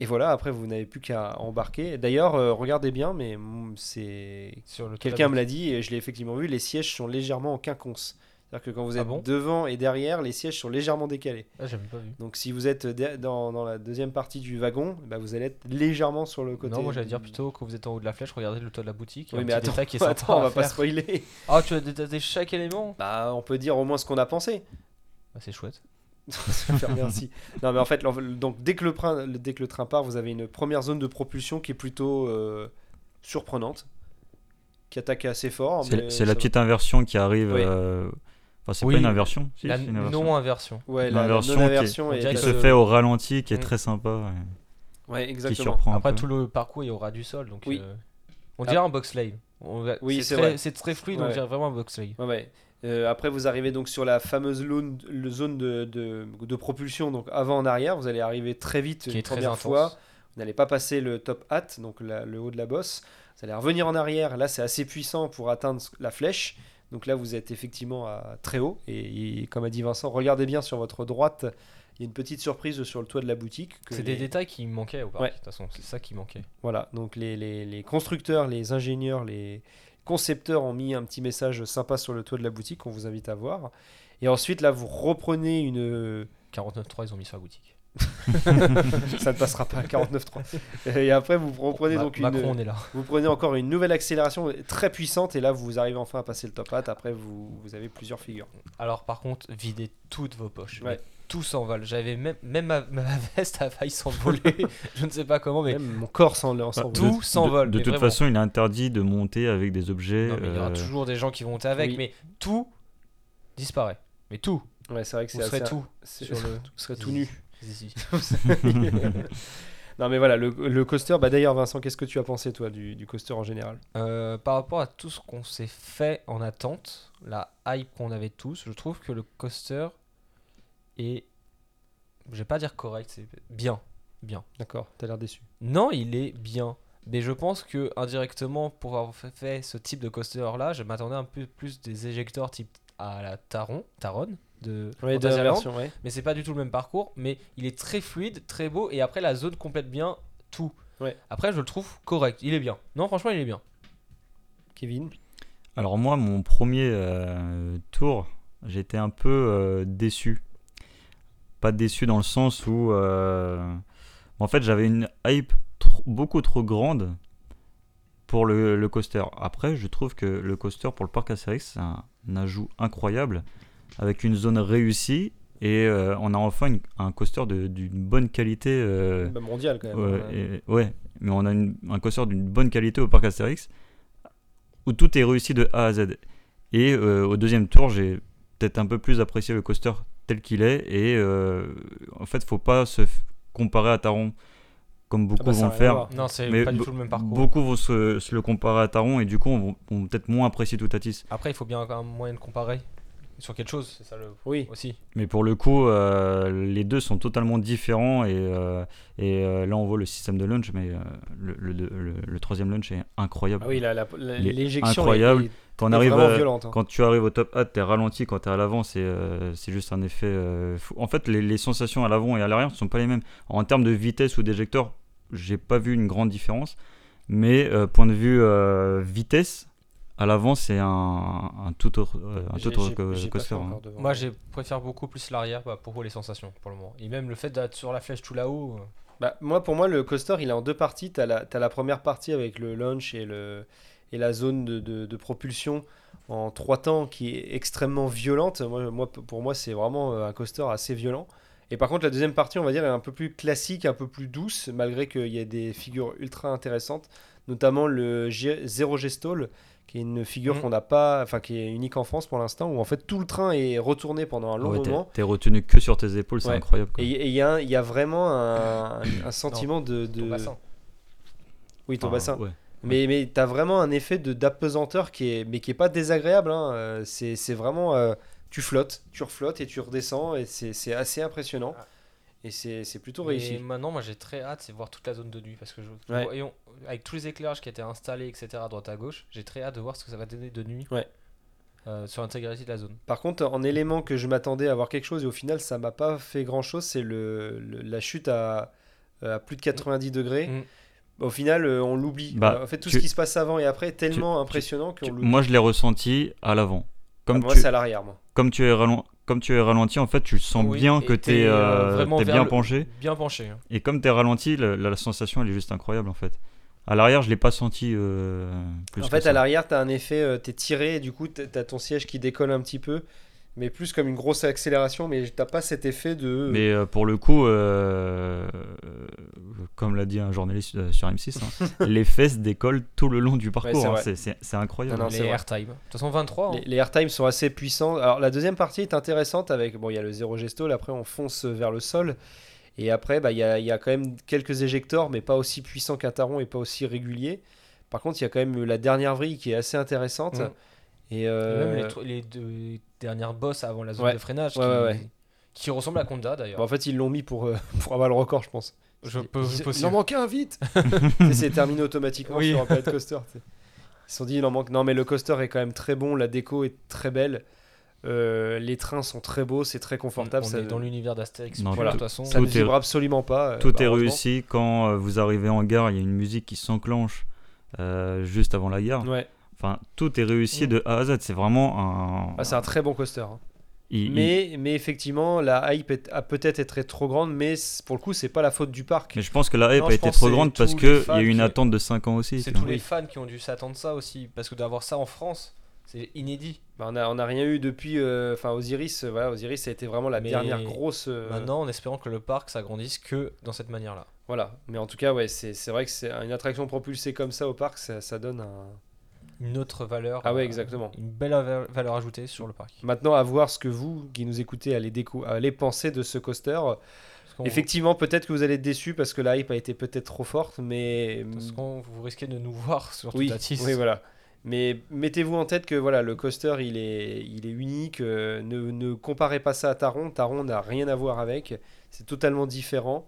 C: et voilà, après, vous n'avez plus qu'à embarquer. D'ailleurs, euh, regardez bien, mais mm, c'est
E: sur le
D: Ah,
C: Quelqu'un me l'a dit et je l'ai effectivement vu, les sièges sont légèrement en quinconce. C'est-à-dire que quand vous
E: Ah
C: êtes
E: bon
C: devant et derrière, les sièges sont légèrement décalés.
E: Ah, j'avais pas vu.
C: Donc si vous êtes de- dans, dans la deuxième partie du wagon, bah, vous allez être légèrement sur le côté.
E: non, moi j'allais
C: du-
E: dire plutôt quand vous êtes en haut de la flèche, regardez le toit de la boutique. il y a
C: Oui,
E: un
C: mais
E: petit
C: attends,
E: détail qui est sympa
C: attends, on
E: à
C: va pas
E: faire.
C: spoiler.
E: Ah, tu as détaillé chaque élément
C: Bah, on peut dire au moins ce qu'on a pensé.
E: Bah, C'est chouette.
C: Super, merci. Non, mais en fait, l'en- donc dès que le train, le- dès que le train part, vous avez une première zone de propulsion qui est plutôt euh, surprenante, qui attaque assez fort.
D: C'est
C: mais
D: c'est
C: ça
D: la
C: va.
D: petite inversion qui arrive.
C: Oui.
D: euh, Enfin, c'est
E: Oui.
D: pas une inversion. si,
E: la
D: c'est une inversion.
E: non-inversion.
C: Ouais, la- la
D: l'inversion qui est-
C: non-inversion
E: on
C: est-
E: dirait
D: qui
E: que-
D: se fait au ralenti, qui est
E: Mm.
D: très sympa, ouais,
C: Ouais,
D: qui
C: exactement.
D: surprend. un
E: Après,
D: peu.
E: tout le parcours il y aura du sol. Donc,
C: Oui.
E: euh, on dirait un box lay. On va-
C: Oui, c'est
E: très-
C: vrai.
E: C'est très fluide, on
C: Ouais.
E: dirait vraiment un box lay.
C: Ouais, ouais. Euh, après, vous arrivez donc sur la fameuse lone- le zone de, de- de propulsion, donc avant en arrière. Vous allez arriver très vite
E: Qui
C: une
E: est très
C: première
E: intense.
C: fois. Vous n'allez pas passer le top hat, donc la- le haut de la bosse. Vous allez revenir en arrière. Là, c'est assez puissant pour atteindre ce- la flèche. Donc là, vous êtes effectivement à très haut. Et, et comme a dit Vincent, regardez bien sur votre droite. Il y a une petite surprise sur le toit de la boutique. que
E: C'est
C: les-
E: des détails qui manquaient au parc.
C: Ouais.
E: De toute façon, c'est ça qui manquait.
C: Voilà, donc les, les- les constructeurs, les ingénieurs, les concepteurs ont mis un petit message sympa sur le toit de la boutique qu'on vous invite à voir. Et ensuite, là, vous reprenez une...
E: 49.3, ils ont mis sur la boutique.
C: Ça ne passera pas, 49.3. Et après, vous reprenez
E: Ma-
C: donc une... euh,
E: Macron, on est là.
C: Vous prenez encore une nouvelle accélération très puissante et là, vous arrivez enfin à passer le top hat. Après, vous, vous avez plusieurs figures.
E: Alors, par contre, videz toutes vos poches.
C: Ouais.
E: Mais Tout s'envole. J'avais même, même ma, ma veste a failli s'envoler. Je ne sais pas comment, mais
C: Même mon corps s'en
D: Bah,
C: s'envole.
D: de-
E: Tout
D: de-
E: s'envole,
D: De,
E: mais
D: toute
E: vraiment.
D: façon, il est interdit de monter avec des objets.
E: Non, mais il y aura
D: euh,
E: toujours des gens qui vont monter avec.
C: oui.
E: Mais tout disparaît. Mais tout.
C: Ouais, c'est vrai que
E: Vous
C: c'est
E: serez
C: assez-
E: tout.
C: c'est-
E: sur le-
C: Vous serez tout nu.
E: Zizi.
C: non, mais voilà, le, le coaster... Bah, D'ailleurs, Vincent, qu'est-ce que tu as pensé, toi, du, du coaster en général
E: Euh, par rapport à tout ce qu'on s'est fait en attente, la hype qu'on avait tous, je trouve que le coaster est. Je vais pas dire correct, c'est bien. Bien.
C: D'accord, t'as l'air déçu.
E: Non, il est bien. Mais je pense que indirectement, pour avoir fait- fait ce type de coaster là, je m'attendais un peu plus des éjecteurs type à la Taron, Taron de
C: Ouais,
E: Fantasyland.
C: dernière version, ouais.
E: Mais c'est pas du tout le même parcours. Mais il est très fluide, très beau. Et après, la zone complète bien tout.
C: Ouais.
E: Après, je le trouve correct. Il est bien. Non, franchement, il est bien.
C: Kevin
D: Alors moi, mon premier euh, tour, j'étais un peu euh, déçu. Pas déçu dans le sens où, euh, en fait, j'avais une hype tro- beaucoup trop grande pour le, le coaster. Après, je trouve que le coaster pour le parc Astérix, c'est un, un ajout incroyable, avec une zone réussie et euh, on a enfin une- un coaster de- d'une bonne qualité. euh,
C: Bah, Mondial quand même.
D: Ouais,
C: hein.
F: Euh,
D: et- ouais, mais on a une- un coaster d'une bonne qualité au parc Astérix où tout est réussi de A à Z. Et euh, au deuxième tour, j'ai peut-être un peu plus apprécié le coaster tel qu'il est. Et euh, en fait, faut pas se f- comparer à Taron comme beaucoup
F: bah, ça a
D: vont
F: rien
D: le
F: à
D: faire.
C: Ah.
F: voir.
E: Non, c'est
D: Mais
E: pas du
D: be-
E: tout le même parcours.
D: Beaucoup vont se, se le comparer à Taron et du coup, on vont, vont peut-être moins apprécier Toutatis.
E: Après, il faut bien un moyen de comparer sur quelque chose, c'est ça le
F: Oui.
E: aussi.
D: Mais pour le coup, euh, les deux sont totalement différents et, euh, et euh, là, on voit le système de launch, mais euh, le, le- le- le troisième launch est incroyable.
F: Ah oui, la- la- la-
D: Il est
F: l'éjection.
D: incroyable.
F: elle est-
D: Quand on
C: Elle est
D: arrive,
C: vraiment
D: à-
C: violente, hein.
D: quand tu arrives au top hat, t'es ralenti. Quand t'es à l'avant, c'est euh, c'est juste un effet. euh, fou. En fait, les, les sensations à l'avant et à l'arrière ne sont pas les mêmes. En termes de vitesse ou d'éjecteur, j'ai pas vu une grande différence. Mais euh, point de vue euh, vitesse, à l'avant, c'est un, un tout autre, euh, un
F: j'ai-
D: tout autre
F: j'ai-
D: co-
F: j'ai pas
D: coaster,
F: fait
D: hein.
F: encore devant.
E: Moi, je préfère beaucoup plus l'arrière bah, pour les sensations pour le moment. Et même le fait d'être sur la flèche tout là-haut. euh,
C: Bah, moi, pour moi, le coaster, il est en deux parties. Tu as, la première partie avec le launch et, le, et la zone de, de- de propulsion en trois temps qui est extrêmement violente. Moi, moi, p- pour moi, c'est vraiment euh, un coaster assez violent. Et par contre, la deuxième partie, on va dire, est un peu plus classique, un peu plus douce, malgré qu'il y a des figures ultra intéressantes, notamment le G- Zero Gestol, qui est une figure
E: Mhm.
C: qu'on n'a pas, enfin, qui est unique en France pour l'instant, où en fait tout le train est retourné pendant un long
E: Ah
D: Ouais, t'es-
C: moment.
D: T'es retenu que sur tes épaules, c'est
C: Ouais.
D: incroyable. quoi.
C: Et et il y, a un- il y a vraiment un, un sentiment de, de-
E: ton bassin.
C: Oui, ton
D: Enfin,
C: bassin.
D: ouais.
C: Mais, mais t'as vraiment un effet de d'apesanteur qui est, mais qui est pas désagréable. hein. Euh, C'est c'est vraiment, euh, tu flottes, tu reflottes et tu redescends et c'est c'est assez impressionnant. Et c'est c'est plutôt
E: Et
C: réussi.
E: maintenant, moi, j'ai très hâte, c'est de voir toute la zone de nuit parce que je,
C: Ouais.
E: voyons, avec tous les éclairages qui étaient installés, etc., à droite à gauche, j'ai très hâte de voir ce que ça va donner de nuit.
C: Ouais.
E: euh, sur l'intégralité de la zone.
C: Par contre, en élément que je m'attendais à avoir quelque chose et au final ça m'a pas fait grand chose, c'est le, le- la chute à, à plus de 90 degrés.
E: Mm.
C: Au final, euh, on l'oublie.
D: Bah,
C: en fait, tout
D: tu-
C: ce qui se passe avant et après est tellement
D: tu-
C: impressionnant qu'on
D: Tu-
C: l'oublie.
D: Moi, je l'ai ressenti à l'avant.
C: Ah,
D: Comme,
C: moi,
D: tu,
C: c'est à l'arrière, moi.
D: comme, tu es ralent- comme tu es ralenti, en fait, tu le sens
E: Oui,
D: bien
E: et
D: que
E: t'es,
D: t'es
E: euh,
D: euh,
E: vraiment
D: t'es
E: vers
D: bien
E: le-
D: penché.
E: Bien penché. hein.
D: Et comme t'es ralenti, le- la, la sensation elle est juste incroyable en fait. À l'arrière, je l'ai pas senti euh, plus.
C: En
D: que
C: fait,
D: ça.
C: à l'arrière, tu as un effet, euh, t'es tiré, et du coup, t'as t'as ton siège qui décolle un petit peu, mais plus comme une grosse accélération, mais t'as pas cet effet de.
D: Mais euh, pour le coup, euh, euh, comme l'a dit un journaliste euh, sur M6, hein, les fesses décollent tout le long du parcours.
C: c'est
D: hein.
C: vrai.
D: c'est c'est- c'est incroyable.
C: Non, c'est
E: les
C: vrai.
E: airtime. De toute façon, 23. hein.
C: Les, les airtimes sont assez puissants. Alors, la deuxième partie est intéressante avec. Bon, il y a le zéro gestole, après, on fonce vers le sol. Et après, bah, il y, a, il y a quand même quelques éjecteurs, mais pas aussi puissants qu'un taron et pas aussi réguliers. Par contre, il y a quand même la dernière vrille qui est assez intéressante.
E: Mhm.
C: Et
E: Et
C: euh,
E: Même les, tr- les deux dernières bosses avant la zone
C: Ouais.
E: de freinage
C: Ouais,
E: qui,
C: ouais, ouais.
E: qui ressemble à Conda d'ailleurs.
C: bon, en fait, ils l'ont mis pour, euh, pour avoir le record, je pense.
E: je
C: Ils-
E: peux
C: ils-
E: c'est
C: Il en
E: possible.
C: manquait un vite Tu sais, C'est terminé automatiquement
E: Oui.
C: sur un palette coaster. tu sais. Ils se sont dit, il en manque. Non, mais le coaster est quand même très bon, la déco est très belle, euh, les trains sont très beaux, c'est très
E: On,
C: confortable.
E: on
C: ça
E: est
C: ne-
E: dans l'univers d'Astérix.
D: Non,
E: pur,
C: voilà.
E: de toute façon.
C: ça ne
D: Tout est-
C: vibre absolument pas. euh,
D: Tout
C: bah,
D: est
C: heureusement.
D: réussi. Quand euh, vous arrivez en gare, il y a une musique qui s'enclenche euh, juste avant la gare.
C: Ouais. Mm.
D: Enfin, tout est réussi de A à Z. C'est vraiment un.
C: Ah, c'est un très bon coaster. hein.
D: il- il- mais...
C: Mais, mais effectivement, la hype est- a peut-être été trop grande, mais c- pour le coup, c'est pas la faute du parc.
D: je pense que la hype
C: Non,
D: a
C: je
D: été
C: pense
D: trop
C: que c'est
D: grande
C: tous
D: parce
C: les
D: qu'il y
C: fans
D: a eu une
C: qui-
D: attente de 5 ans aussi.
E: C'est
D: tu vois.
E: tous les fans qui ont dû s'attendre ça aussi parce que d'avoir ça en France, c'est inédit.
C: Bah, on n'a on a rien eu depuis. euh, Enfin, Osiris, euh, voilà, Osiris, ça a été vraiment la
E: Mais
C: dernière grosse. euh,
E: Maintenant, en espérant que le parc s'agrandisse que dans cette manière-là.
C: Voilà. Mais en tout cas, ouais, c'est c'est vrai que c'est une attraction propulsée comme ça au parc, ça, ça donne un.
E: Une autre valeur.
C: Ah ouais,
E: euh,
C: exactement.
E: Une belle va- valeur ajoutée sur le parc.
C: Maintenant, à voir ce que vous, qui nous écoutez, allez, décou- allez penser de ce coaster.
E: Parce qu'on-
C: Effectivement, peut-être que vous allez être déçus parce que la hype a été peut-être trop forte, mais.
E: parce qu'on- vous risquez de nous voir sur
C: Oui,
E: Toutatis.
C: oui, voilà. Mais mettez-vous en tête que voilà, le coaster, il est, il est unique. euh, ne, ne comparez pas ça à Taron. Taron n'a rien à voir avec. C'est totalement différent.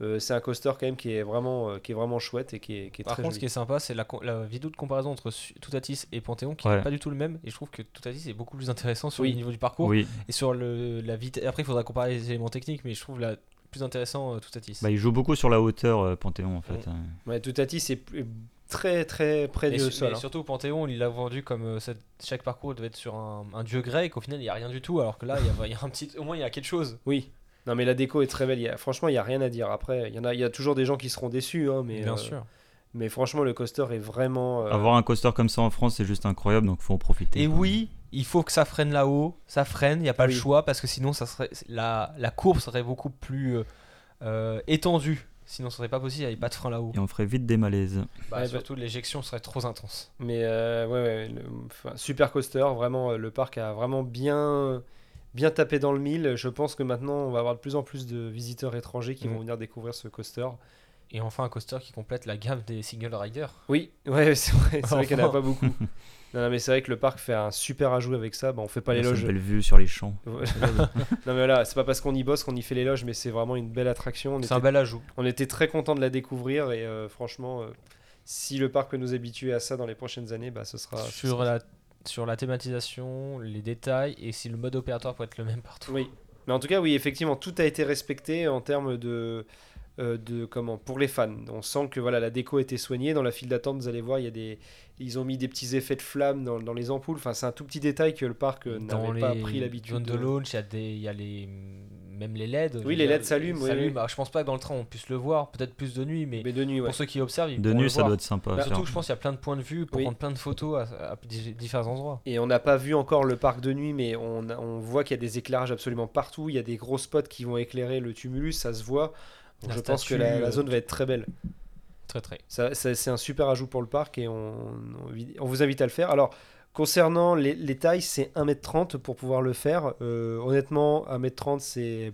C: Euh, c'est un coaster quand même qui est vraiment, euh, qui est vraiment chouette et qui est, qui est
E: Par
C: très
E: contre, ce qui
C: joli.
E: est sympa, c'est la, co- la vidéo de comparaison entre Su- Toutatis et Panthéon qui n'est
D: Ouais.
E: pas du tout le même. Et je trouve que Toutatis est beaucoup plus intéressant sur
C: Oui.
E: le niveau du parcours
D: Oui,
E: et sur le, la vitesse. Après, il faudra comparer les éléments techniques, mais je trouve la plus intéressant euh, Toutatis.
D: bah, il joue beaucoup sur la hauteur, euh, Panthéon, en fait. hein.
C: Ouais, Toutati, c'est p- très très près
E: Et
C: du
E: su-
C: sol.
E: mais
C: hein.
E: surtout, Panthéon, il l'a vendu comme euh, cette- chaque parcours devait être sur un, un dieu grec. Au final, il n'y a rien du tout. Alors que là, il y a- il y, a un petit. Au moins, il y a quelque chose.
C: Oui. Non, mais la déco est très belle. Il y a- franchement, il n'y a rien à dire. Après, il y, en a, il y a toujours des gens qui seront déçus. hein, mais,
E: Bien
C: euh,
E: sûr.
C: Mais franchement, le coaster est vraiment. euh,
D: Avoir un coaster comme ça en France, c'est juste incroyable, donc faut en profiter.
E: Et
D: quoi.
E: oui, il faut que ça freine là-haut, ça freine, il n'y a pas
C: Oui.
E: le choix, parce que sinon ça serait, la, la courbe serait beaucoup plus euh, euh, étendue. Sinon, ce serait pas possible, il n'y avait pas de frein là-haut.
D: Et on ferait vite des malaises.
E: Bah,
C: Ouais, bah-
E: surtout, l'éjection serait trop intense.
C: Mais euh, ouais, ouais, le- enfin, super coaster, vraiment, euh, le parc a vraiment bien, bien tapé dans le mille. Je pense que maintenant, on va avoir de plus en plus de visiteurs étrangers qui
E: Mhm.
C: vont venir découvrir ce coaster.
E: Et enfin, un coaster qui complète la gamme des single riders.
C: Oui, ouais, c'est vrai, c'est vrai qu'il n'y en a
E: Enfin.
C: pas beaucoup. Non, non, mais c'est vrai que le parc fait un super ajout avec ça. Bah, on fait pas
D: Cette
C: l'éloge.
D: belle vue sur les champs.
C: non, mais voilà, c'est pas parce qu'on y bosse qu'on y fait l'éloge, mais c'est vraiment une belle attraction. On
E: C'est
C: était,
E: un bel ajout.
C: on était très content de la découvrir et euh, franchement, euh, si le parc peut nous habituer à ça dans les prochaines années, bah, ce sera. ce
E: sur,
C: sera-
E: la, sur la thématisation, les détails et si le mode opératoire peut être le même partout.
C: Oui. Mais en tout cas, oui, effectivement, tout a été respecté en termes de. euh, de comment pour les fans on sent que voilà la déco a été soignée dans la file d'attente vous allez voir il y a des ils ont mis des petits effets de flammes dans, dans les ampoules enfin c'est un tout petit détail que le parc euh,
E: Dans
C: n'avait
E: les
C: pas pris l'habitude
E: zones de
C: de
E: launch, il y a des- il y a les même les LED. je veux
C: les
E: dire,
C: LED s'allument, oui, oui.
E: Ah, Je pense pas que dans le train on puisse le voir, peut-être plus de nuit, mais,
C: mais de nuit ouais.
E: pour ceux qui observent, ils
D: De
E: pourront
D: nuit,
E: le
D: ça
E: voir. Bah,
D: doit être
C: Bah,
D: sympa. à
E: Surtout
D: faire.
E: que je pense qu'il y a plein de points de vue pour
C: Oui.
E: prendre plein de photos à, à di- différents endroits.
C: Et on n'a pas vu encore le parc de nuit, mais on, a- on voit qu'il y a des éclairages absolument partout. Il y a des gros spots qui vont éclairer le tumulus, ça se voit. Donc
E: La
C: je pense que
E: statue,
C: la, la
E: euh,
C: zone va être très belle.
E: Très très.
C: Ça- ça- c'est un super ajout pour le parc et on, on- on vous invite à le faire. Alors, concernant les, les tailles, c'est 1m30 pour pouvoir le faire. Euh, honnêtement, 1m30, c'est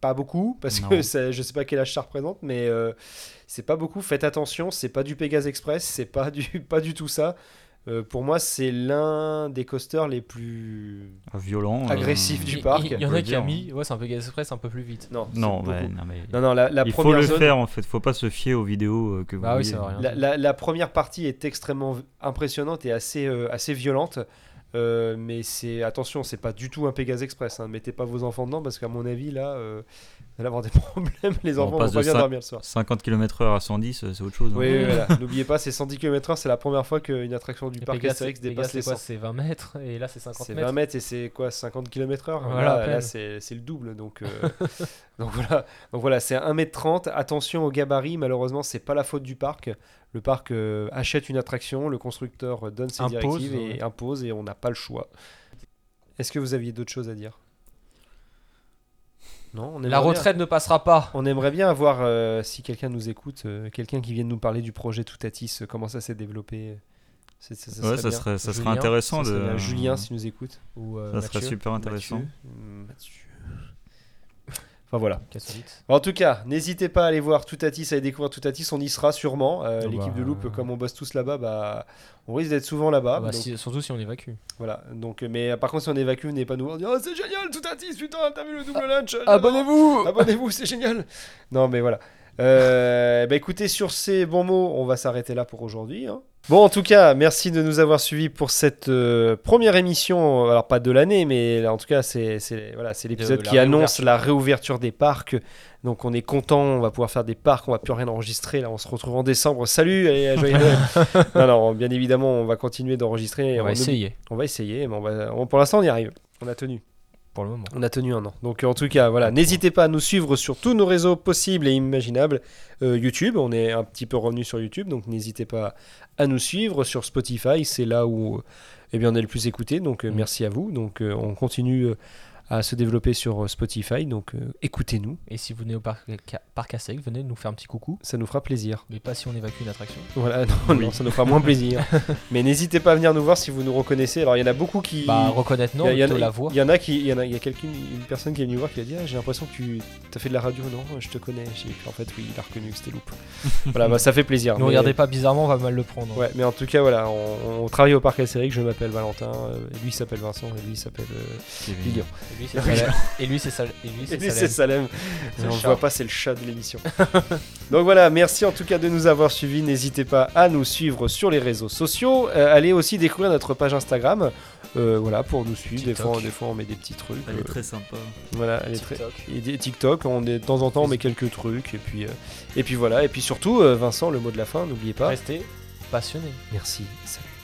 C: pas beaucoup parce que
D: Non.
C: ça- je sais pas quel âge ça représente, mais euh, c'est pas beaucoup. Faites attention, c'est pas du Pégase Express, c'est pas du, pas du tout ça. Euh, pour moi, c'est l'un des coasters les plus.
D: Violent. euh,
C: Agressif du- parc,
E: Il y,
D: on
E: en
D: peut
E: a
D: le
E: qui a
D: dire.
E: mis, ouais, c'est un peu Gas Express un peu plus vite.
C: Non, c'est
D: Non,
C: beaucoup.
D: ouais, non, mais.
C: non, non, la, la
D: il faut
C: première
D: le
C: zone.
D: faire en fait, faut pas se fier aux vidéos euh, que vous
E: Bah oui,
D: voyez.
E: ça va rien.
C: La, la- la première partie est extrêmement v- impressionnante et assez, euh, assez violente. Euh, mais c'est attention, c'est pas du tout un Pégase Express. Hein. Mettez pas vos enfants dedans parce qu'à mon avis, là, euh, vous allez avoir des problèmes. Les
D: On
C: enfants
D: passe
C: vont pas
D: de
C: bien
D: ça-
C: dormir le soir.
D: 50 km/h à 110, euh, c'est autre chose. hein.
C: Oui, oui, voilà. n'oubliez pas, c'est 110 km/h. C'est la première fois qu'une attraction du
E: Les
C: parc
E: Pegas,
C: Astérix
E: les
C: dépasse
E: Pegas,
C: les
E: c'est quoi,
C: 100.
E: C'est 20 mètres et là c'est 50
C: C'est
E: mètres.
C: 20 mètres et c'est quoi 50 km/h
E: Voilà, à
C: Là,
E: peine.
C: là, c'est c'est le double. Donc, euh, donc voilà, donc voilà c'est 1m30. Attention au gabarit. Malheureusement, c'est pas la faute du parc. Le parc euh, achète une attraction, le constructeur donne ses
E: Impose,
C: directives et
E: ouais.
C: impose et on n'a pas le choix. Est-ce que vous aviez d'autres choses à dire Non, on Oh.
E: La
C: aimerait bien-
E: retraite ne passera pas.
C: on aimerait bien avoir, euh, si quelqu'un nous écoute, euh, quelqu'un qui vienne nous parler du projet Toutatis, euh, comment ça s'est développé. euh, c'est- ça- ça
D: Ouais,
C: serait
D: ça
C: bien.
D: serait, ça serait
E: Julien,
D: intéressant
C: Ça
D: de.
C: serait bien. Julien, si nous écoute.
E: Ou euh,
D: Ça serait
E: Mathieu,
D: super intéressant.
C: Mathieu. Enfin voilà.
E: Kassovitz.
C: En tout cas, n'hésitez pas à aller voir Toutatis, à aller découvrir Toutatis. On y sera sûrement. Euh,
E: Oh
C: L'équipe
E: bah,
C: de Loupe,
E: euh.
C: comme on bosse tous là-bas, bah, on risque d'être souvent là-bas.
E: Ah bah,
C: donc,
E: si- surtout si on évacue.
C: Voilà. Donc, euh, mais euh, par contre, si on évacue, venez pas nous voir. dire, Oh, c'est génial, Toutatis, putain, t'as vu le double lunch j'adore.
E: Abonnez-vous
C: Abonnez-vous, c'est génial. Non, mais voilà. Euh, bah écoutez, sur ces bons mots, on va s'arrêter là pour aujourd'hui. hein. Bon, en tout cas, merci de nous avoir suivis pour cette euh, première émission. Alors, pas de l'année, mais là, en tout cas, c'est c'est- voilà, c'est l'épisode
E: De la
C: qui annonce la réouverture des parcs. Donc, on est content, on va pouvoir faire des parcs, on va plus rien enregistrer. Là, on se retrouve en décembre. Salut, allez, à joyeux Noël. non, non, bien évidemment, on va continuer d'enregistrer.
E: On va
C: oublie-
E: essayer
C: on va essayer, mais on va- on- pour l'instant, on y arrive. On a tenu.
E: pour le moment.
C: On a tenu un an. Donc euh, en tout cas, voilà, n'hésitez pas à nous suivre sur tous nos réseaux possibles et imaginables. Euh, YouTube, on est un petit peu revenu sur YouTube, donc n'hésitez pas à nous suivre sur Spotify. C'est là où euh, eh bien, on est le plus écouté. Donc euh,
E: Mm.
C: merci à vous. Donc euh, on continue euh, à se développer sur euh, Spotify. Donc euh, écoutez-nous,
E: Et si vous venez au parc, ca- parc Astérix, venez nous faire un petit coucou.
C: ça nous fera plaisir.
E: Mais pas si on évacue une attraction.
C: Voilà, non, non, ça nous fera moins plaisir. Mais n'hésitez pas à venir nous voir si vous nous reconnaissez. Alors il y en a beaucoup qui
E: Bah reconnaître
C: Il y,
E: non,
C: a- il y en
E: plutôt
C: a-
E: la voix.
C: il y en a qui, il y en a, il y a quelqu'une, une personne qui est venue voir qui a dit ah, j'ai l'impression que tu as fait de la radio non je te connais J'ai dit, en fait oui il a reconnu que c'était loup voilà bah, ça fait plaisir
E: Ne
C: mais-
E: regardez pas bizarrement, on va mal le prendre.
C: ouais mais en tout cas voilà on, on travaille au parc Astérix je m'appelle Valentin euh, lui il s'appelle Vincent et lui il s'appelle euh, Lilian
E: Et lui c'est Salem. Et lui c'est Salem. Et lui
C: et
E: c'est
C: lui
E: Salem.
C: c'est Salem
E: C'est
C: on
E: le
C: le
E: chat.
C: voit pas c'est le chat de l'émission donc voilà merci en tout cas de nous avoir suivis n'hésitez pas à nous suivre sur les réseaux sociaux Euh, allez aussi découvrir notre page Instagram euh, voilà pour nous suivre des
E: TikTok.
C: fois, des fois on met des petits trucs
D: Elle est
C: euh,
D: très sympa.
C: voilà elle est très
E: TikTok.
C: et des TikTok, on est de temps en temps on met quelques trucs et puis euh, et puis voilà et puis surtout euh, Vincent le mot de la fin n'oubliez pas.
E: Restez passionnés.
C: Merci. Salut.